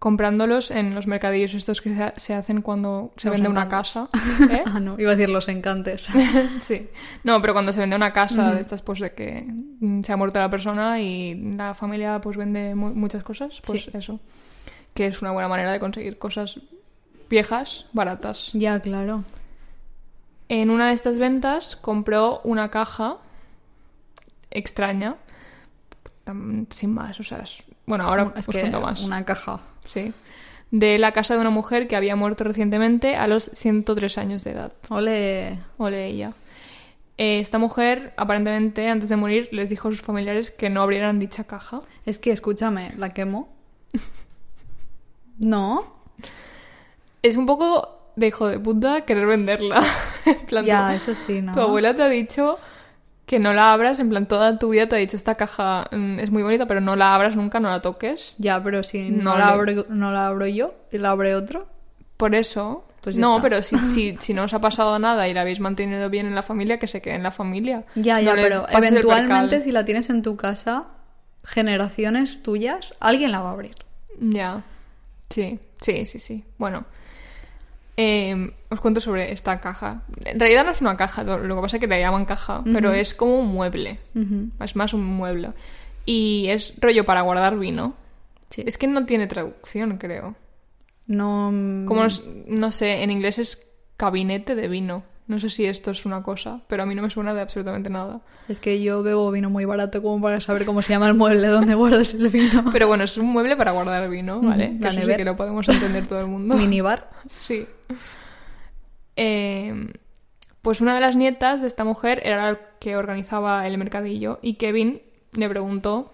Speaker 2: comprándolos en los mercadillos estos que se ha- se hacen cuando se
Speaker 1: Los
Speaker 2: vende una casa.
Speaker 1: encantos. [laughs]
Speaker 2: ¿Eh?
Speaker 1: Ah, no, iba a decir los
Speaker 2: [laughs]
Speaker 1: encantes.
Speaker 2: sí. No, pero cuando se vende una casa de estas, pues de que mm, se ha muerto la persona y la familia pues vende mu- muchas cosas, pues
Speaker 1: Sí.
Speaker 2: eso. Que es una buena manera de conseguir cosas viejas, baratas.
Speaker 1: ya, claro.
Speaker 2: En una de estas ventas compró una caja extraña, tam- sin más, o sea, es- bueno, ahora
Speaker 1: es
Speaker 2: os
Speaker 1: que
Speaker 2: cuento más.
Speaker 1: una caja.
Speaker 2: Sí. De la casa de una mujer que había muerto recientemente a los 103 años de edad.
Speaker 1: Ole.
Speaker 2: Ole ella. Eh, esta mujer, aparentemente, antes de morir, les dijo a sus familiares que no abrieran dicha caja.
Speaker 1: Es que, escúchame, la quemo. [laughs] ¿No?
Speaker 2: Es un poco de hijo de puta querer venderla. [laughs] en plan,
Speaker 1: Ya,
Speaker 2: tu-
Speaker 1: eso sí, ¿no?
Speaker 2: Tu abuela te ha dicho que no la abras, en plan, toda tu vida te ha dicho esta caja mm, es muy bonita, pero no la abras nunca, no la toques.
Speaker 1: Ya, pero si no,
Speaker 2: No
Speaker 1: la
Speaker 2: le-
Speaker 1: abro, no la abro yo y la abre otro.
Speaker 2: Por eso.
Speaker 1: Pues ya
Speaker 2: no,
Speaker 1: está. [laughs]
Speaker 2: pero si, si, si no os ha pasado nada y la habéis mantenido bien en la familia, que se quede en la familia.
Speaker 1: Ya,
Speaker 2: No
Speaker 1: ya,
Speaker 2: le
Speaker 1: pero
Speaker 2: pases el
Speaker 1: eventualmente
Speaker 2: percal.
Speaker 1: si la tienes en tu casa, generaciones tuyas, alguien la va a abrir.
Speaker 2: Ya. Sí, sí, sí, sí. Bueno. eh, os cuento sobre esta caja. En realidad no es una caja, lo lo que pasa es que la llaman caja, pero es como un mueble. Es más un mueble. Y es rollo para guardar vino.
Speaker 1: Sí.
Speaker 2: Es que no tiene traducción, creo.
Speaker 1: No. mm,
Speaker 2: Como, es- no sé, en inglés es cabinete de vino. No sé si esto es una cosa, pero a mí no me suena de absolutamente nada.
Speaker 1: [laughs] Es que yo bebo vino muy barato como para saber cómo se llama el mueble donde guardas el vino.
Speaker 2: [laughs] Pero bueno, es un mueble para guardar vino, ¿vale?
Speaker 1: Ujú,
Speaker 2: Que
Speaker 1: la
Speaker 2: eso sí
Speaker 1: nevera.
Speaker 2: que lo podemos entender todo el mundo.
Speaker 1: Minibar.
Speaker 2: [laughs] Sí. Eh, pues una de las nietas de esta mujer era la que organizaba el mercadillo y Kevin le preguntó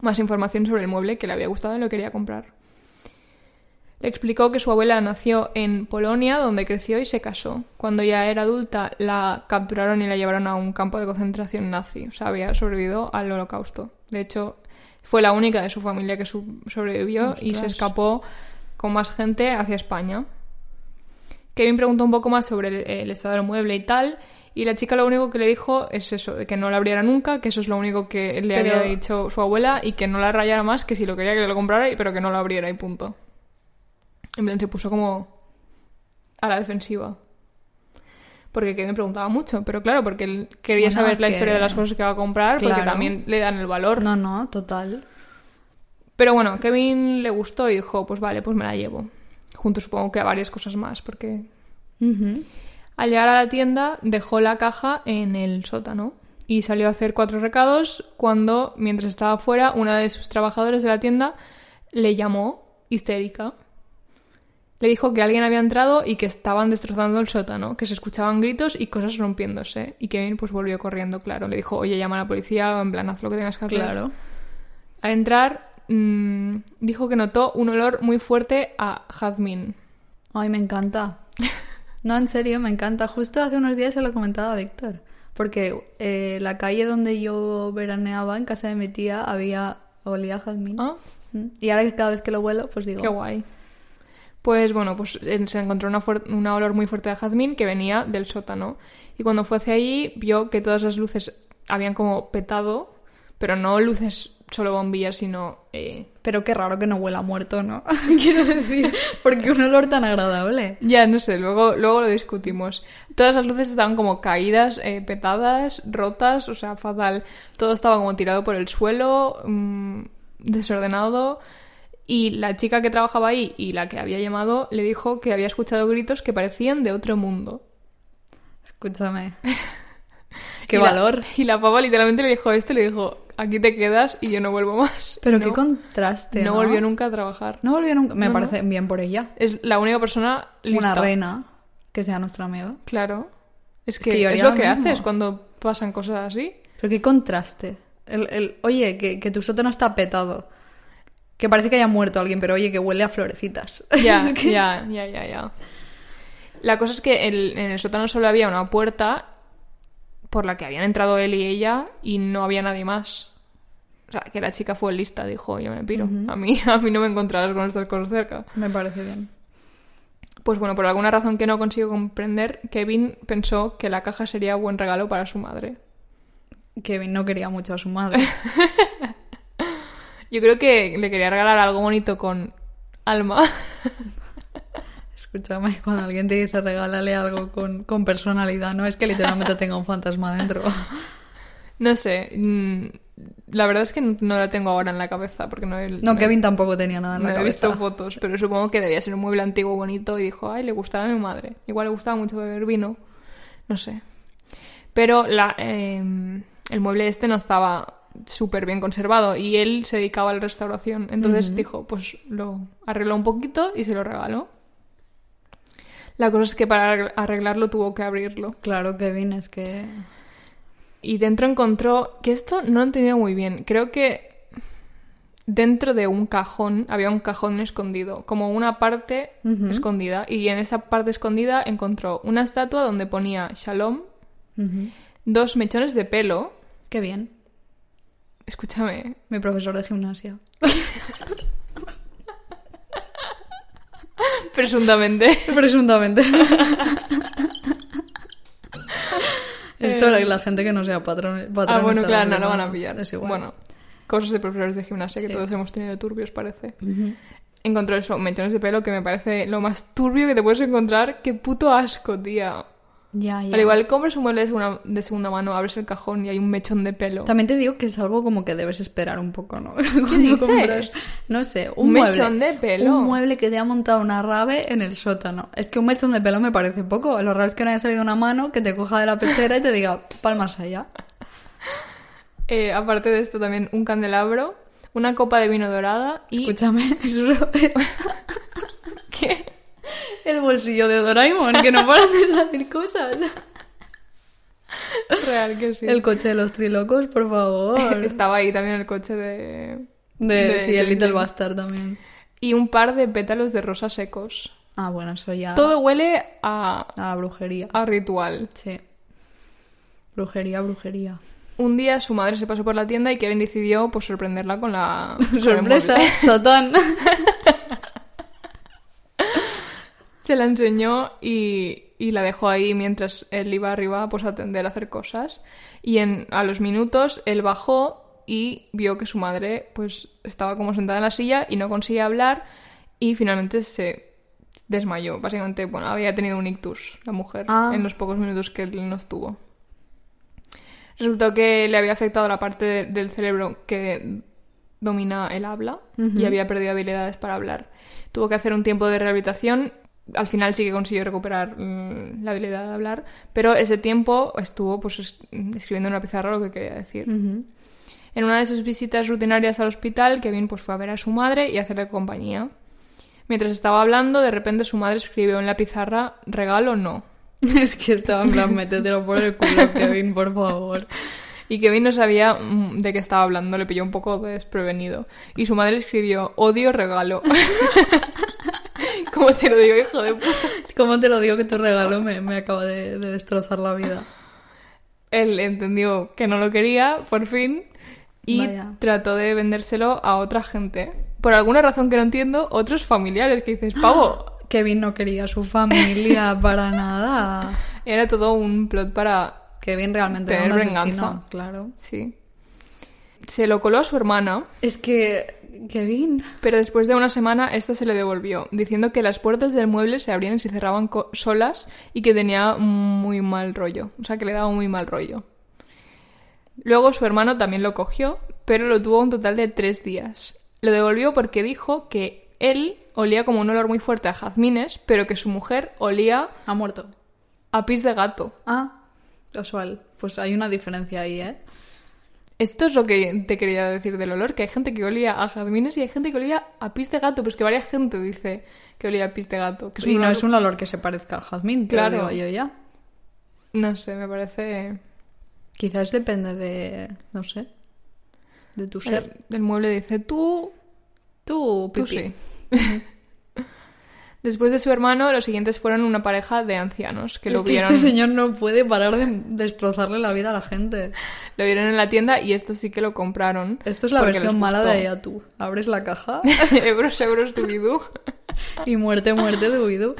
Speaker 2: más información sobre el mueble que le había gustado y lo quería comprar. Le explicó que su abuela nació en Polonia, donde creció y se casó. Cuando ya era adulta, la capturaron y la llevaron a un campo de concentración nazi. O sea, había sobrevivido al holocausto. De hecho, fue la única de su familia que su- sobrevivió y se
Speaker 1: Ostras.
Speaker 2: escapó con más gente hacia España. Kevin preguntó un poco más sobre el, el estado del mueble y tal. Y la chica lo único que le dijo es eso, de que no la abriera nunca, que eso es lo único que le
Speaker 1: Pero-
Speaker 2: había dicho su abuela y que no la rayara más, que si lo quería que lo comprara, y- pero que no la abriera y punto. En plan, se puso como a la defensiva. Porque que me preguntaba mucho, pero claro, porque él quería
Speaker 1: Bueno,
Speaker 2: saber
Speaker 1: es
Speaker 2: la
Speaker 1: que-
Speaker 2: historia de las cosas que va a comprar, porque
Speaker 1: Claro.
Speaker 2: también le dan el valor.
Speaker 1: No, no, total.
Speaker 2: Pero bueno, Kevin le gustó y dijo, pues vale, pues me la llevo. Junto supongo que a varias cosas más, porque
Speaker 1: Ujú.
Speaker 2: al llegar a la tienda dejó la caja en el sótano y salió a hacer cuatro recados cuando, mientras estaba fuera, una de sus trabajadoras de la tienda le llamó histérica le dijo que alguien había entrado y que estaban destrozando el sótano, que se escuchaban gritos y cosas rompiéndose. Y Kevin pues volvió corriendo, claro. Le dijo, oye, llama a la policía, en plan, haz lo que tengas que hacer.
Speaker 1: Claro.
Speaker 2: Al entrar, mm, dijo que notó un olor muy fuerte a jazmín.
Speaker 1: Ay, me encanta. [laughs] No, en serio, me encanta. Justo hace unos días se lo comentaba a Víctor. Porque eh, la calle donde yo veraneaba, en casa de mi tía, había olía a jazmín.
Speaker 2: Ah,
Speaker 1: Mm. Y ahora que cada vez que lo vuelo, pues digo,
Speaker 2: Qué guay. Pues bueno, pues él se encontró una, fuer- un olor muy fuerte de jazmín que venía del sótano. Y cuando fue hacia allí, vio que todas las luces habían como petado, pero no luces solo bombillas, sino... eh,
Speaker 1: pero qué raro que no huela a
Speaker 2: [laughs]
Speaker 1: muerto, ¿no? [laughs] Quiero decir, porque un olor tan agradable.
Speaker 2: Ya, no sé, luego, luego lo discutimos. Todas las luces estaban como caídas, eh, petadas, rotas, o sea, fatal. Todo estaba como tirado por el suelo, mm, desordenado. Y la chica que trabajaba ahí y la que había llamado le dijo que había escuchado gritos que parecían de otro mundo. [laughs]
Speaker 1: Escúchame. Qué
Speaker 2: Y la-
Speaker 1: valor.
Speaker 2: y la pava literalmente le dijo esto y le dijo, aquí te quedas y yo no vuelvo más.
Speaker 1: Pero
Speaker 2: No,
Speaker 1: qué contraste. No,
Speaker 2: No volvió nunca a trabajar.
Speaker 1: No volvió nunca. Me
Speaker 2: No, no.
Speaker 1: parece bien por ella.
Speaker 2: Es la única persona lista.
Speaker 1: Una reina que sea nuestra amiga.
Speaker 2: Claro. Es
Speaker 1: que
Speaker 2: que
Speaker 1: yo
Speaker 2: es,
Speaker 1: haría
Speaker 2: lo
Speaker 1: lo
Speaker 2: que
Speaker 1: mismo.
Speaker 2: haces cuando pasan cosas así.
Speaker 1: Pero qué contraste. El, el- oye, que, que tu sótano está petado. Que parece que haya muerto alguien, pero oye, que huele a florecitas. [laughs]
Speaker 2: Ya,
Speaker 1: Es que-
Speaker 2: ya, ya, ya, ya. La cosa es que el- en el sótano solo había una puerta por la que habían entrado él y ella y no había nadie más. O sea, que la chica fue lista, dijo, yo me piro. a, mí, [laughs] a mí no me encontrarás con estas cosas cerca.
Speaker 1: Me parece bien.
Speaker 2: Pues bueno, por alguna razón que no consigo comprender, Kevin pensó que la caja sería buen regalo para su madre.
Speaker 1: Kevin no quería mucho a
Speaker 2: [laughs]
Speaker 1: su madre.
Speaker 2: Yo creo que le quería regalar algo bonito con alma. [laughs]
Speaker 1: Escúchame, cuando alguien te dice regálale algo con, con personalidad, no es que literalmente tenga un fantasma
Speaker 2: [laughs]
Speaker 1: dentro.
Speaker 2: No sé, mm, la verdad es que no, no la tengo ahora en la cabeza porque no he,
Speaker 1: No,
Speaker 2: no he-
Speaker 1: Kevin tampoco tenía nada en
Speaker 2: no
Speaker 1: la
Speaker 2: he
Speaker 1: cabeza.
Speaker 2: visto fotos, pero supongo que debía ser un mueble antiguo bonito y dijo, ay, le gustará a mi madre. Igual le gustaba mucho beber vino, no sé. Pero la, eh, el mueble este no estaba súper bien conservado y él se dedicaba a la restauración. Entonces dijo, pues lo arregló un poquito y se lo regaló. La cosa es que para arreglarlo tuvo que abrirlo.
Speaker 1: Claro, Kevin, es que.
Speaker 2: Y dentro encontró, que esto no lo he entendido muy bien, creo que dentro de un cajón había un cajón escondido, como una parte escondida, y en esa parte escondida encontró una estatua donde ponía Shalom,
Speaker 1: Ujú.
Speaker 2: dos mechones de pelo,
Speaker 1: Qué bien.
Speaker 2: escúchame, [laughs]
Speaker 1: Mi profesor de gimnasia.
Speaker 2: presuntamente,
Speaker 1: [laughs]
Speaker 2: [laughs]
Speaker 1: Presuntamente. Esto la, la gente que no sea patrón.
Speaker 2: Eh.
Speaker 1: patrona
Speaker 2: ah, bueno,
Speaker 1: está
Speaker 2: claro, no lo
Speaker 1: llamando.
Speaker 2: van a pillar.
Speaker 1: Es igual.
Speaker 2: Bueno, cosas de profesores de gimnasia que
Speaker 1: Sí.
Speaker 2: todos hemos tenido turbios, parece. Encontró eso, mechones de pelo, que me parece lo más turbio que te puedes encontrar. ¡Qué puto asco, tía!
Speaker 1: Ya, ya.
Speaker 2: Al igual que compras un mueble de segunda, de segunda mano, abres el cajón y hay un mechón de pelo.
Speaker 1: También te digo que es algo como que debes esperar un poco, ¿no? [laughs] Cuando
Speaker 2: dices?
Speaker 1: compras, no sé, un,
Speaker 2: Un
Speaker 1: mueble.
Speaker 2: mechón de pelo.
Speaker 1: Un mueble que te ha montado una rave en el sótano. Es que un mechón de pelo me parece poco. Lo raro es que no haya salido una mano que te coja de la pechera y te diga, palmas allá.
Speaker 2: Eh, aparte de esto, también un candelabro, una copa de vino dorada y.
Speaker 1: Escúchame, [laughs] eso es-
Speaker 2: [laughs] ¿Qué?
Speaker 1: el bolsillo de Doraemon, que no paras de salir cosas.
Speaker 2: Real que sí.
Speaker 1: El
Speaker 2: [laughs]
Speaker 1: coche de los trilocos, por [laughs] favor.
Speaker 2: Estaba ahí también el coche de.
Speaker 1: De,
Speaker 2: de-
Speaker 1: sí, el Little Bastard también.
Speaker 2: Y un par de pétalos de rosas secos.
Speaker 1: Ah, bueno, eso ya.
Speaker 2: Todo huele a,
Speaker 1: Ah, brujería.
Speaker 2: a ritual.
Speaker 1: Sí. Brujería, brujería.
Speaker 2: Un día su madre se pasó por la tienda y Kevin decidió pues, sorprenderla con la. con el
Speaker 1: [laughs] Sorpresa,
Speaker 2: mueble.
Speaker 1: [laughs] Satán.
Speaker 2: Se la enseñó y, y la dejó ahí mientras él iba arriba pues, a atender a hacer cosas. Y en, a los minutos él bajó y vio que su madre pues, estaba como sentada en la silla y no conseguía hablar y finalmente se desmayó. Básicamente, bueno, había tenido un ictus la mujer
Speaker 1: Ah.
Speaker 2: en los pocos minutos que él no estuvo. Resultó que le había afectado la parte de- del cerebro que domina el habla y había perdido habilidades para hablar. Tuvo que hacer un tiempo de rehabilitación. Al final sí que consiguió recuperar mm, la habilidad de hablar, pero ese tiempo estuvo pues es- escribiendo en una pizarra lo que quería decir. En una de sus visitas rutinarias al hospital, Kevin pues fue a ver a su madre y a hacerle compañía. Mientras estaba hablando, de repente su madre escribió en la pizarra regalo no.
Speaker 1: Es que estaba en plan, métetelo por el [laughs] culo, Kevin, por favor.
Speaker 2: Y Kevin no sabía mm, de qué estaba hablando, le pilló un poco desprevenido. Y su madre escribió odio regalo. [laughs] ¿Cómo te lo digo, hijo de puta?
Speaker 1: ¿Cómo te lo digo que tu regalo me, me acaba de, de destrozar la vida?
Speaker 2: Él entendió que no lo quería, por fin, y
Speaker 1: Vaya.
Speaker 2: trató de vendérselo a otra gente. Por alguna razón que no entiendo, otros familiares que dices, pavo,
Speaker 1: Kevin no quería a su [laughs] familia para nada.
Speaker 2: era todo un plot para...
Speaker 1: Kevin realmente
Speaker 2: Tener
Speaker 1: era un asesino,
Speaker 2: venganza.
Speaker 1: claro.
Speaker 2: Sí. Se lo coló a su hermana,
Speaker 1: Es que Kevin,
Speaker 2: pero después de una semana esta se le devolvió, diciendo que las puertas del mueble se abrían y se cerraban co- solas y que tenía muy mal rollo, o sea que le daba muy mal rollo. Luego su hermano también lo cogió, pero lo tuvo un total de tres días. Lo devolvió porque dijo que él olía como un olor muy fuerte a jazmines, pero que su mujer olía
Speaker 1: ha muerto.
Speaker 2: a pis de gato.
Speaker 1: Ah, Oswald, pues hay una diferencia ahí, ¿eh?
Speaker 2: Esto es lo que te quería decir del olor, que hay gente que olía a jazmines y hay gente que olía a pis de gato, pues que varias gente dice que olía a pis de gato. Que es
Speaker 1: Y
Speaker 2: un
Speaker 1: no
Speaker 2: olor-
Speaker 1: es un olor que se parezca al jazmín, te lo
Speaker 2: Claro.
Speaker 1: digo yo ya.
Speaker 2: No sé, me parece...
Speaker 1: Quizás depende de, no sé, de tu ser.
Speaker 2: El, el mueble dice, tú,
Speaker 1: Eh, Tú,
Speaker 2: tú
Speaker 1: pipí.
Speaker 2: sí. [laughs] Después de su hermano, los siguientes fueron una pareja de ancianos que
Speaker 1: Es
Speaker 2: lo
Speaker 1: que
Speaker 2: vieron,
Speaker 1: este señor no puede parar de destrozarle la vida a la gente.
Speaker 2: lo vieron en la tienda y esto sí que lo compraron.
Speaker 1: Esto es la
Speaker 2: porque
Speaker 1: versión
Speaker 2: les
Speaker 1: mala
Speaker 2: gustó.
Speaker 1: de ella tú. Abres la caja
Speaker 2: [laughs]
Speaker 1: [laughs]
Speaker 2: euros, euros, tubidú.
Speaker 1: y muerte, muerte de oído.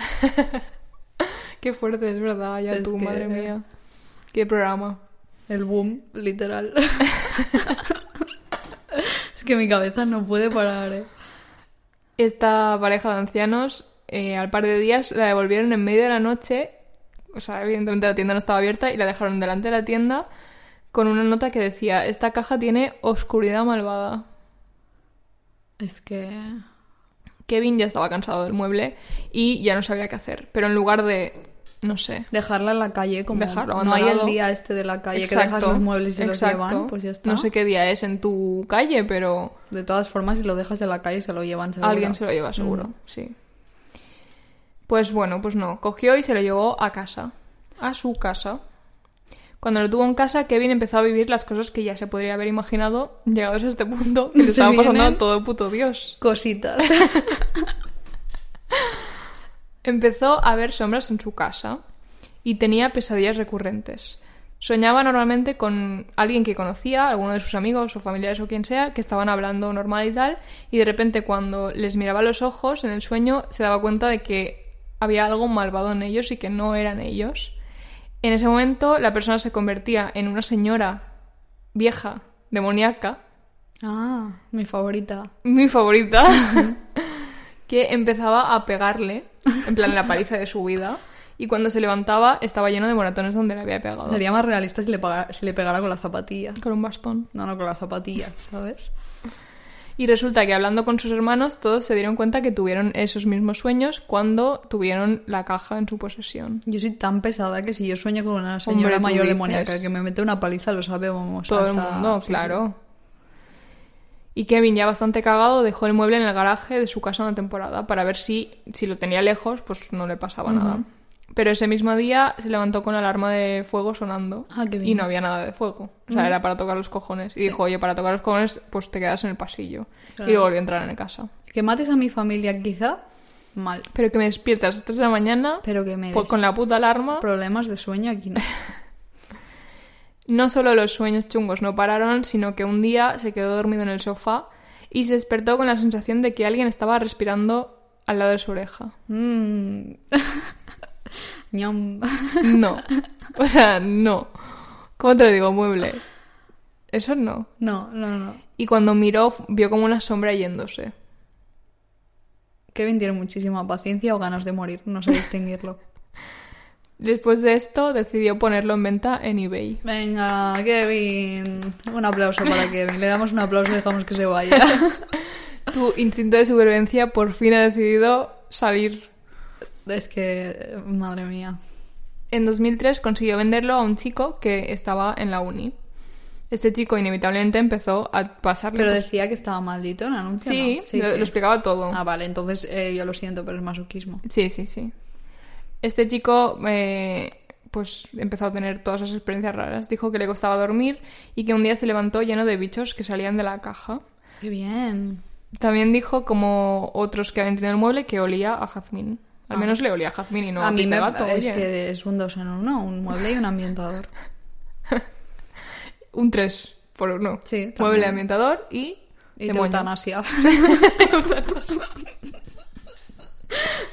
Speaker 2: [laughs] Qué fuerte, es verdad, ya
Speaker 1: Es
Speaker 2: tú,
Speaker 1: que-
Speaker 2: madre mía. Qué programa.
Speaker 1: El boom, literal. [laughs] es que mi cabeza no puede parar, ¿eh?
Speaker 2: Esta pareja de ancianos, eh, al par de días, la devolvieron en medio de la noche. O sea, evidentemente la tienda no estaba abierta y la dejaron delante de la tienda con una nota que decía: Esta caja tiene oscuridad malvada.
Speaker 1: Es que...
Speaker 2: Kevin ya estaba cansado del mueble y ya no sabía qué hacer. Pero en lugar de, no sé,
Speaker 1: Dejarla en la calle como...
Speaker 2: Dejarlo
Speaker 1: no hay el
Speaker 2: abandonado.
Speaker 1: día este de la calle que
Speaker 2: Exacto,
Speaker 1: dejas los muebles y
Speaker 2: exacto.
Speaker 1: los llevan, pues ya está.
Speaker 2: No sé qué día es en tu calle, pero
Speaker 1: De todas formas, si lo dejas en la calle se lo llevan seguro.
Speaker 2: alguien se lo lleva
Speaker 1: Mm.
Speaker 2: seguro, sí. Pues bueno, pues no. Cogió y se lo llevó a casa. A su casa. Cuando lo tuvo en casa, Kevin empezó a vivir las cosas que ya se podría haber imaginado llegados a este punto. Que le
Speaker 1: [laughs] Se
Speaker 2: estaba pasando
Speaker 1: vienen.
Speaker 2: a todo puto Dios.
Speaker 1: Cositas.
Speaker 2: [laughs] Empezó a ver sombras en su casa y tenía pesadillas recurrentes. Soñaba normalmente con alguien que conocía, alguno de sus amigos o familiares o quien sea, que estaban hablando normal y tal, y de repente cuando les miraba a los ojos en el sueño se daba cuenta de que había algo malvado en ellos y que no eran ellos. En ese momento la persona se convertía en una señora vieja, demoníaca,
Speaker 1: ah, mi favorita.
Speaker 2: mi favorita, [laughs] que empezaba a pegarle, en plan la paliza de su vida, y cuando se levantaba estaba lleno de moratones donde le había pegado.
Speaker 1: Sería más realista si le, pagara- si le pegara con la zapatilla.
Speaker 2: Con un bastón.
Speaker 1: No, no, con la zapatilla, ¿sabes?
Speaker 2: Y resulta que hablando con sus hermanos, todos se dieron cuenta que tuvieron esos mismos sueños cuando tuvieron la caja en su posesión.
Speaker 1: Yo soy tan pesada que si yo sueño con una señora
Speaker 2: tú
Speaker 1: mayor
Speaker 2: dices.
Speaker 1: demoníaca que me mete una paliza, lo sabe, vamos.
Speaker 2: Todo el
Speaker 1: hasta-
Speaker 2: mundo,
Speaker 1: sí,
Speaker 2: claro. Y Kevin, ya bastante cagado, dejó el mueble en el garaje de su casa una temporada para ver si, si lo tenía lejos, pues no le pasaba nada. Pero ese mismo día se levantó con la alarma de fuego sonando
Speaker 1: Ah, qué bien.
Speaker 2: y no había nada de fuego. O sea, era para tocar los cojones. Y dijo, oye, para tocar los cojones, pues te quedas en el pasillo. Y luego volvió a entrar en casa.
Speaker 1: sí. Que mates a mi familia, quizá, mal.
Speaker 2: Pero que me despiertas a las 3 de la mañana
Speaker 1: Pero que
Speaker 2: po-
Speaker 1: me des
Speaker 2: Pues con la puta alarma.
Speaker 1: problemas de sueño aquí no.
Speaker 2: No solo los sueños chungos no pararon, sino que un día se quedó dormido en el sofá y se despertó con la sensación de que alguien estaba respirando al lado de su oreja.
Speaker 1: Mm. [laughs] Ñam.
Speaker 2: No. O sea, no. ¿Cómo te lo digo, mueble? Eso no.
Speaker 1: [laughs] No, no, no.
Speaker 2: Y cuando miró, f- vio como una sombra yéndose.
Speaker 1: Kevin tiene muchísima paciencia o ganas de morir, no sé
Speaker 2: [laughs]
Speaker 1: distinguirlo.
Speaker 2: Después de esto, decidió ponerlo en venta en eBay.
Speaker 1: Venga, Kevin. Un
Speaker 2: [laughs]
Speaker 1: aplauso para Kevin. Le damos un aplauso y dejamos que se vaya.
Speaker 2: Tu instinto de supervivencia por fin ha decidido salir.
Speaker 1: Es que, madre mía.
Speaker 2: En 2003 consiguió venderlo a un chico que estaba en la uni. Este chico inevitablemente empezó a pasarle...
Speaker 1: Pero
Speaker 2: cos-
Speaker 1: decía que estaba maldito en el anuncio.
Speaker 2: sí,
Speaker 1: ¿no? sí,
Speaker 2: lo,
Speaker 1: sí.
Speaker 2: lo explicaba todo.
Speaker 1: Ah, vale, entonces eh, yo lo siento, pero es masoquismo.
Speaker 2: Sí, sí, sí. Este chico eh, pues empezó a tener todas esas experiencias raras. Dijo que le costaba dormir y que un día se levantó lleno de bichos que salían de la caja.
Speaker 1: Qué bien.
Speaker 2: También dijo, como otros que habían tenido el mueble, que olía a jazmín. Al menos le olía a jazmín y no a,
Speaker 1: Ah. a mí
Speaker 2: pis
Speaker 1: me
Speaker 2: de gato.
Speaker 1: es
Speaker 2: oye.
Speaker 1: que es un dos en uno, un mueble y un ambientador.
Speaker 2: Un 3 por 1.
Speaker 1: Sí, también.
Speaker 2: Mueble, ambientador y,
Speaker 1: Y te
Speaker 2: demonio.
Speaker 1: [laughs] eutanasia.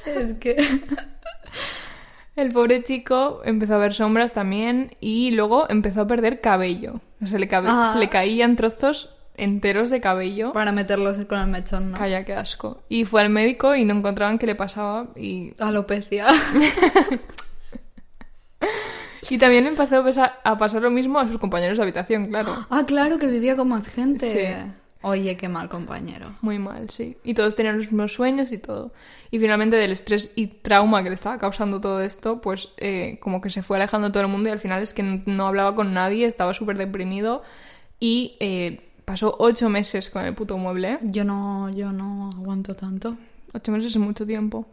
Speaker 1: es que
Speaker 2: El pobre chico empezó a ver sombras también y luego empezó a perder cabello. Se le, cabe-
Speaker 1: Ah.
Speaker 2: se le caían trozos enteros de cabello.
Speaker 1: para meterlos con el mechón, ¿no?
Speaker 2: Calla, qué asco. Y fue al médico y no encontraban qué le pasaba. Y,
Speaker 1: [laughs] Alopecia.
Speaker 2: y también empezó a pasar, a pasar lo mismo a sus compañeros de habitación,
Speaker 1: [gasps]
Speaker 2: claro.
Speaker 1: ah, claro, que vivía con más gente.
Speaker 2: Sí.
Speaker 1: Oye, qué mal compañero.
Speaker 2: Muy mal, sí. Y todos tenían los mismos sueños y todo. Y finalmente del estrés y trauma que le estaba causando todo esto, pues eh, como que se fue alejando todo el mundo y al final es que n- no hablaba con nadie, estaba súper deprimido y eh, pasó ocho meses con el puto mueble.
Speaker 1: Yo no, yo no aguanto tanto.
Speaker 2: Ocho meses es mucho tiempo.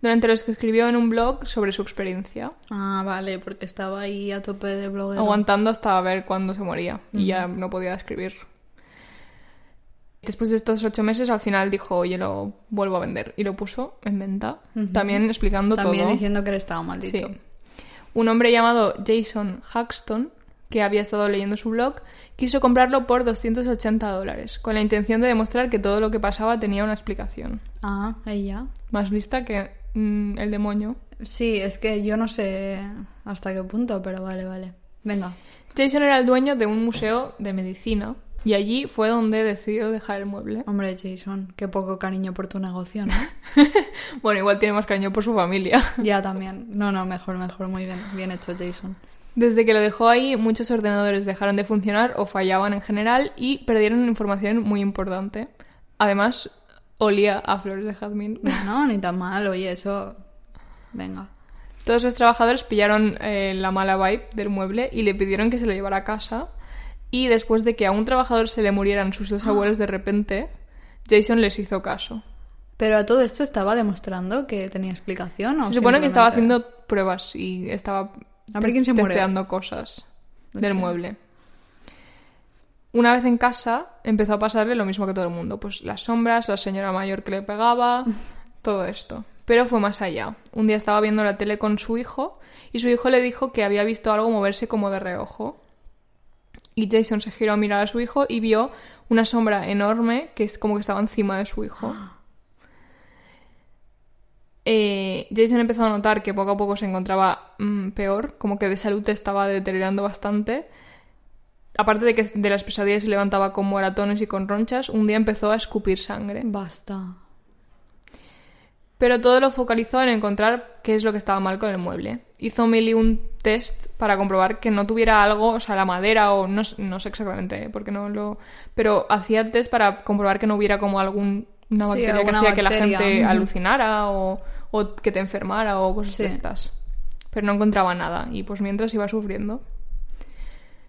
Speaker 2: Durante los que escribió en un blog sobre su experiencia,
Speaker 1: Ah, vale, porque estaba ahí a tope de bloguero.
Speaker 2: aguantando hasta ver cuándo se moría y ya no podía escribir. Después de estos ocho meses, al final dijo, oye, lo vuelvo a vender. Y lo puso en venta, también explicando
Speaker 1: También
Speaker 2: todo.
Speaker 1: diciendo que él estaba maldito.
Speaker 2: Sí. Un hombre llamado Jason Haxton, que había estado leyendo su blog, quiso comprarlo por 280 dólares, con la intención de demostrar que todo lo que pasaba tenía una explicación.
Speaker 1: Ah, ella.
Speaker 2: Más lista que mm, el demonio.
Speaker 1: Sí, es que yo no sé hasta qué punto, pero vale, vale. Venga.
Speaker 2: Jason era el dueño de un museo de medicina y allí fue donde decidió dejar el mueble.
Speaker 1: Hombre, Jason, qué poco cariño por tu negocio, [laughs] ¿no?
Speaker 2: [laughs] Bueno, igual tiene más cariño por su familia. [laughs]
Speaker 1: ya también. No, no, mejor, mejor, muy bien. Bien hecho, Jason.
Speaker 2: Desde que lo dejó ahí, muchos ordenadores dejaron de funcionar o fallaban en general y perdieron información muy importante. Además, olía a flores de jazmín.
Speaker 1: No, no, ni tan mal, oye, eso. Venga.
Speaker 2: Todos los trabajadores pillaron eh, la mala vibe del mueble y le pidieron que se lo llevara a casa. Y después de que a un trabajador se le murieran sus dos abuelos de repente, Jason les hizo caso.
Speaker 1: Pero a todo esto estaba demostrando que tenía explicación, ¿o
Speaker 2: Se supone que estaba
Speaker 1: simplemente-
Speaker 2: haciendo pruebas y estaba
Speaker 1: A ver quién se muere.
Speaker 2: testeando cosas del
Speaker 1: que-
Speaker 2: mueble. Una vez en casa empezó a pasarle lo mismo que todo el mundo, pues las sombras, la señora mayor que le
Speaker 1: [laughs]
Speaker 2: pegaba, todo esto. Pero fue más allá. Un día estaba viendo la tele con su hijo y su hijo le dijo que había visto algo moverse como de reojo. Y Jason se giró a mirar a su hijo y vio una sombra enorme que es como que estaba encima de su hijo. [gasps] Eh, Jason empezó a notar que poco a poco se encontraba mm, peor, como que de salud estaba deteriorando bastante. Aparte de que de las pesadillas se levantaba con moratones y con ronchas, un día empezó a escupir sangre.
Speaker 1: Basta.
Speaker 2: Pero todo lo focalizó en encontrar qué es lo que estaba mal con el mueble. Hizo Millie un test para comprobar que no tuviera algo, o sea, la madera o no, s- no sé exactamente, porque no lo... Pero hacía test para comprobar que no hubiera como algún, una
Speaker 1: Sí,
Speaker 2: bacteria que
Speaker 1: alguna
Speaker 2: hacía que la
Speaker 1: bacteria,
Speaker 2: gente
Speaker 1: ujú.
Speaker 2: alucinara o, o que te enfermara o cosas de
Speaker 1: Sí.
Speaker 2: estas. Pero no encontraba nada y pues mientras iba sufriendo.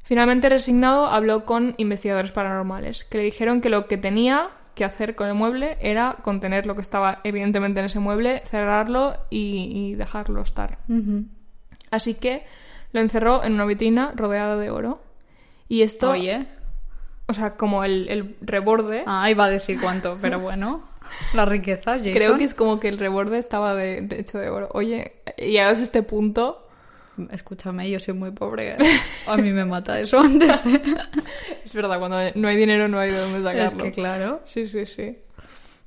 Speaker 2: Finalmente resignado, habló con investigadores paranormales, que le dijeron que lo que tenía que hacer con el mueble era contener lo que estaba evidentemente en ese mueble, cerrarlo y, y dejarlo estar.
Speaker 1: Ujú.
Speaker 2: Así que lo encerró en una vitrina rodeada de oro. Y esto,
Speaker 1: Oye.
Speaker 2: o sea, como el, el reborde,
Speaker 1: Ah, iba a decir cuánto,
Speaker 2: [laughs]
Speaker 1: pero bueno. La riqueza, Jason.
Speaker 2: creo que es como que el reborde estaba de, de hecho de oro. Oye, llegados a este punto,
Speaker 1: Escúchame, yo soy muy pobre. ¿eh? A mí me mata eso antes.
Speaker 2: [laughs] es verdad, cuando no hay dinero no hay de dónde sacarlo.
Speaker 1: es que claro.
Speaker 2: Sí, sí, sí.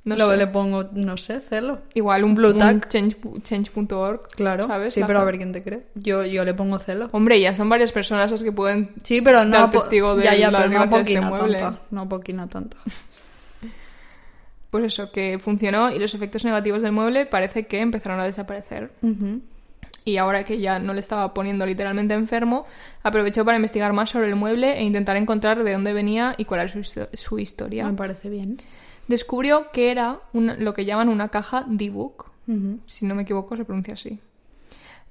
Speaker 2: No
Speaker 1: Luego
Speaker 2: sé.
Speaker 1: le pongo, no sé, celo.
Speaker 2: Igual un
Speaker 1: Blue
Speaker 2: un
Speaker 1: Tack.
Speaker 2: change- change.org,
Speaker 1: Claro.
Speaker 2: ¿sabes?
Speaker 1: Sí,
Speaker 2: La
Speaker 1: pero a
Speaker 2: gen-
Speaker 1: ver quién te cree. Yo, yo le pongo celo.
Speaker 2: Hombre, ya son varias personas las que pueden...
Speaker 1: Sí, pero no.
Speaker 2: Dar
Speaker 1: a po-
Speaker 2: testigo de
Speaker 1: ya, ya,
Speaker 2: la
Speaker 1: pero no a
Speaker 2: desgracia de este
Speaker 1: poquina
Speaker 2: mueble.
Speaker 1: tanta. No a poquina tanta.
Speaker 2: Pues eso, que funcionó y los efectos negativos del mueble parece que empezaron a desaparecer.
Speaker 1: Ujú.
Speaker 2: Y ahora que ya no le estaba poniendo literalmente enfermo, aprovechó para investigar más sobre el mueble e intentar encontrar de dónde venía y cuál era su, histo- su historia.
Speaker 1: Me parece bien.
Speaker 2: Descubrió que era una- lo que llaman una caja D-Book.
Speaker 1: Ujú.
Speaker 2: Si no me equivoco, se pronuncia así.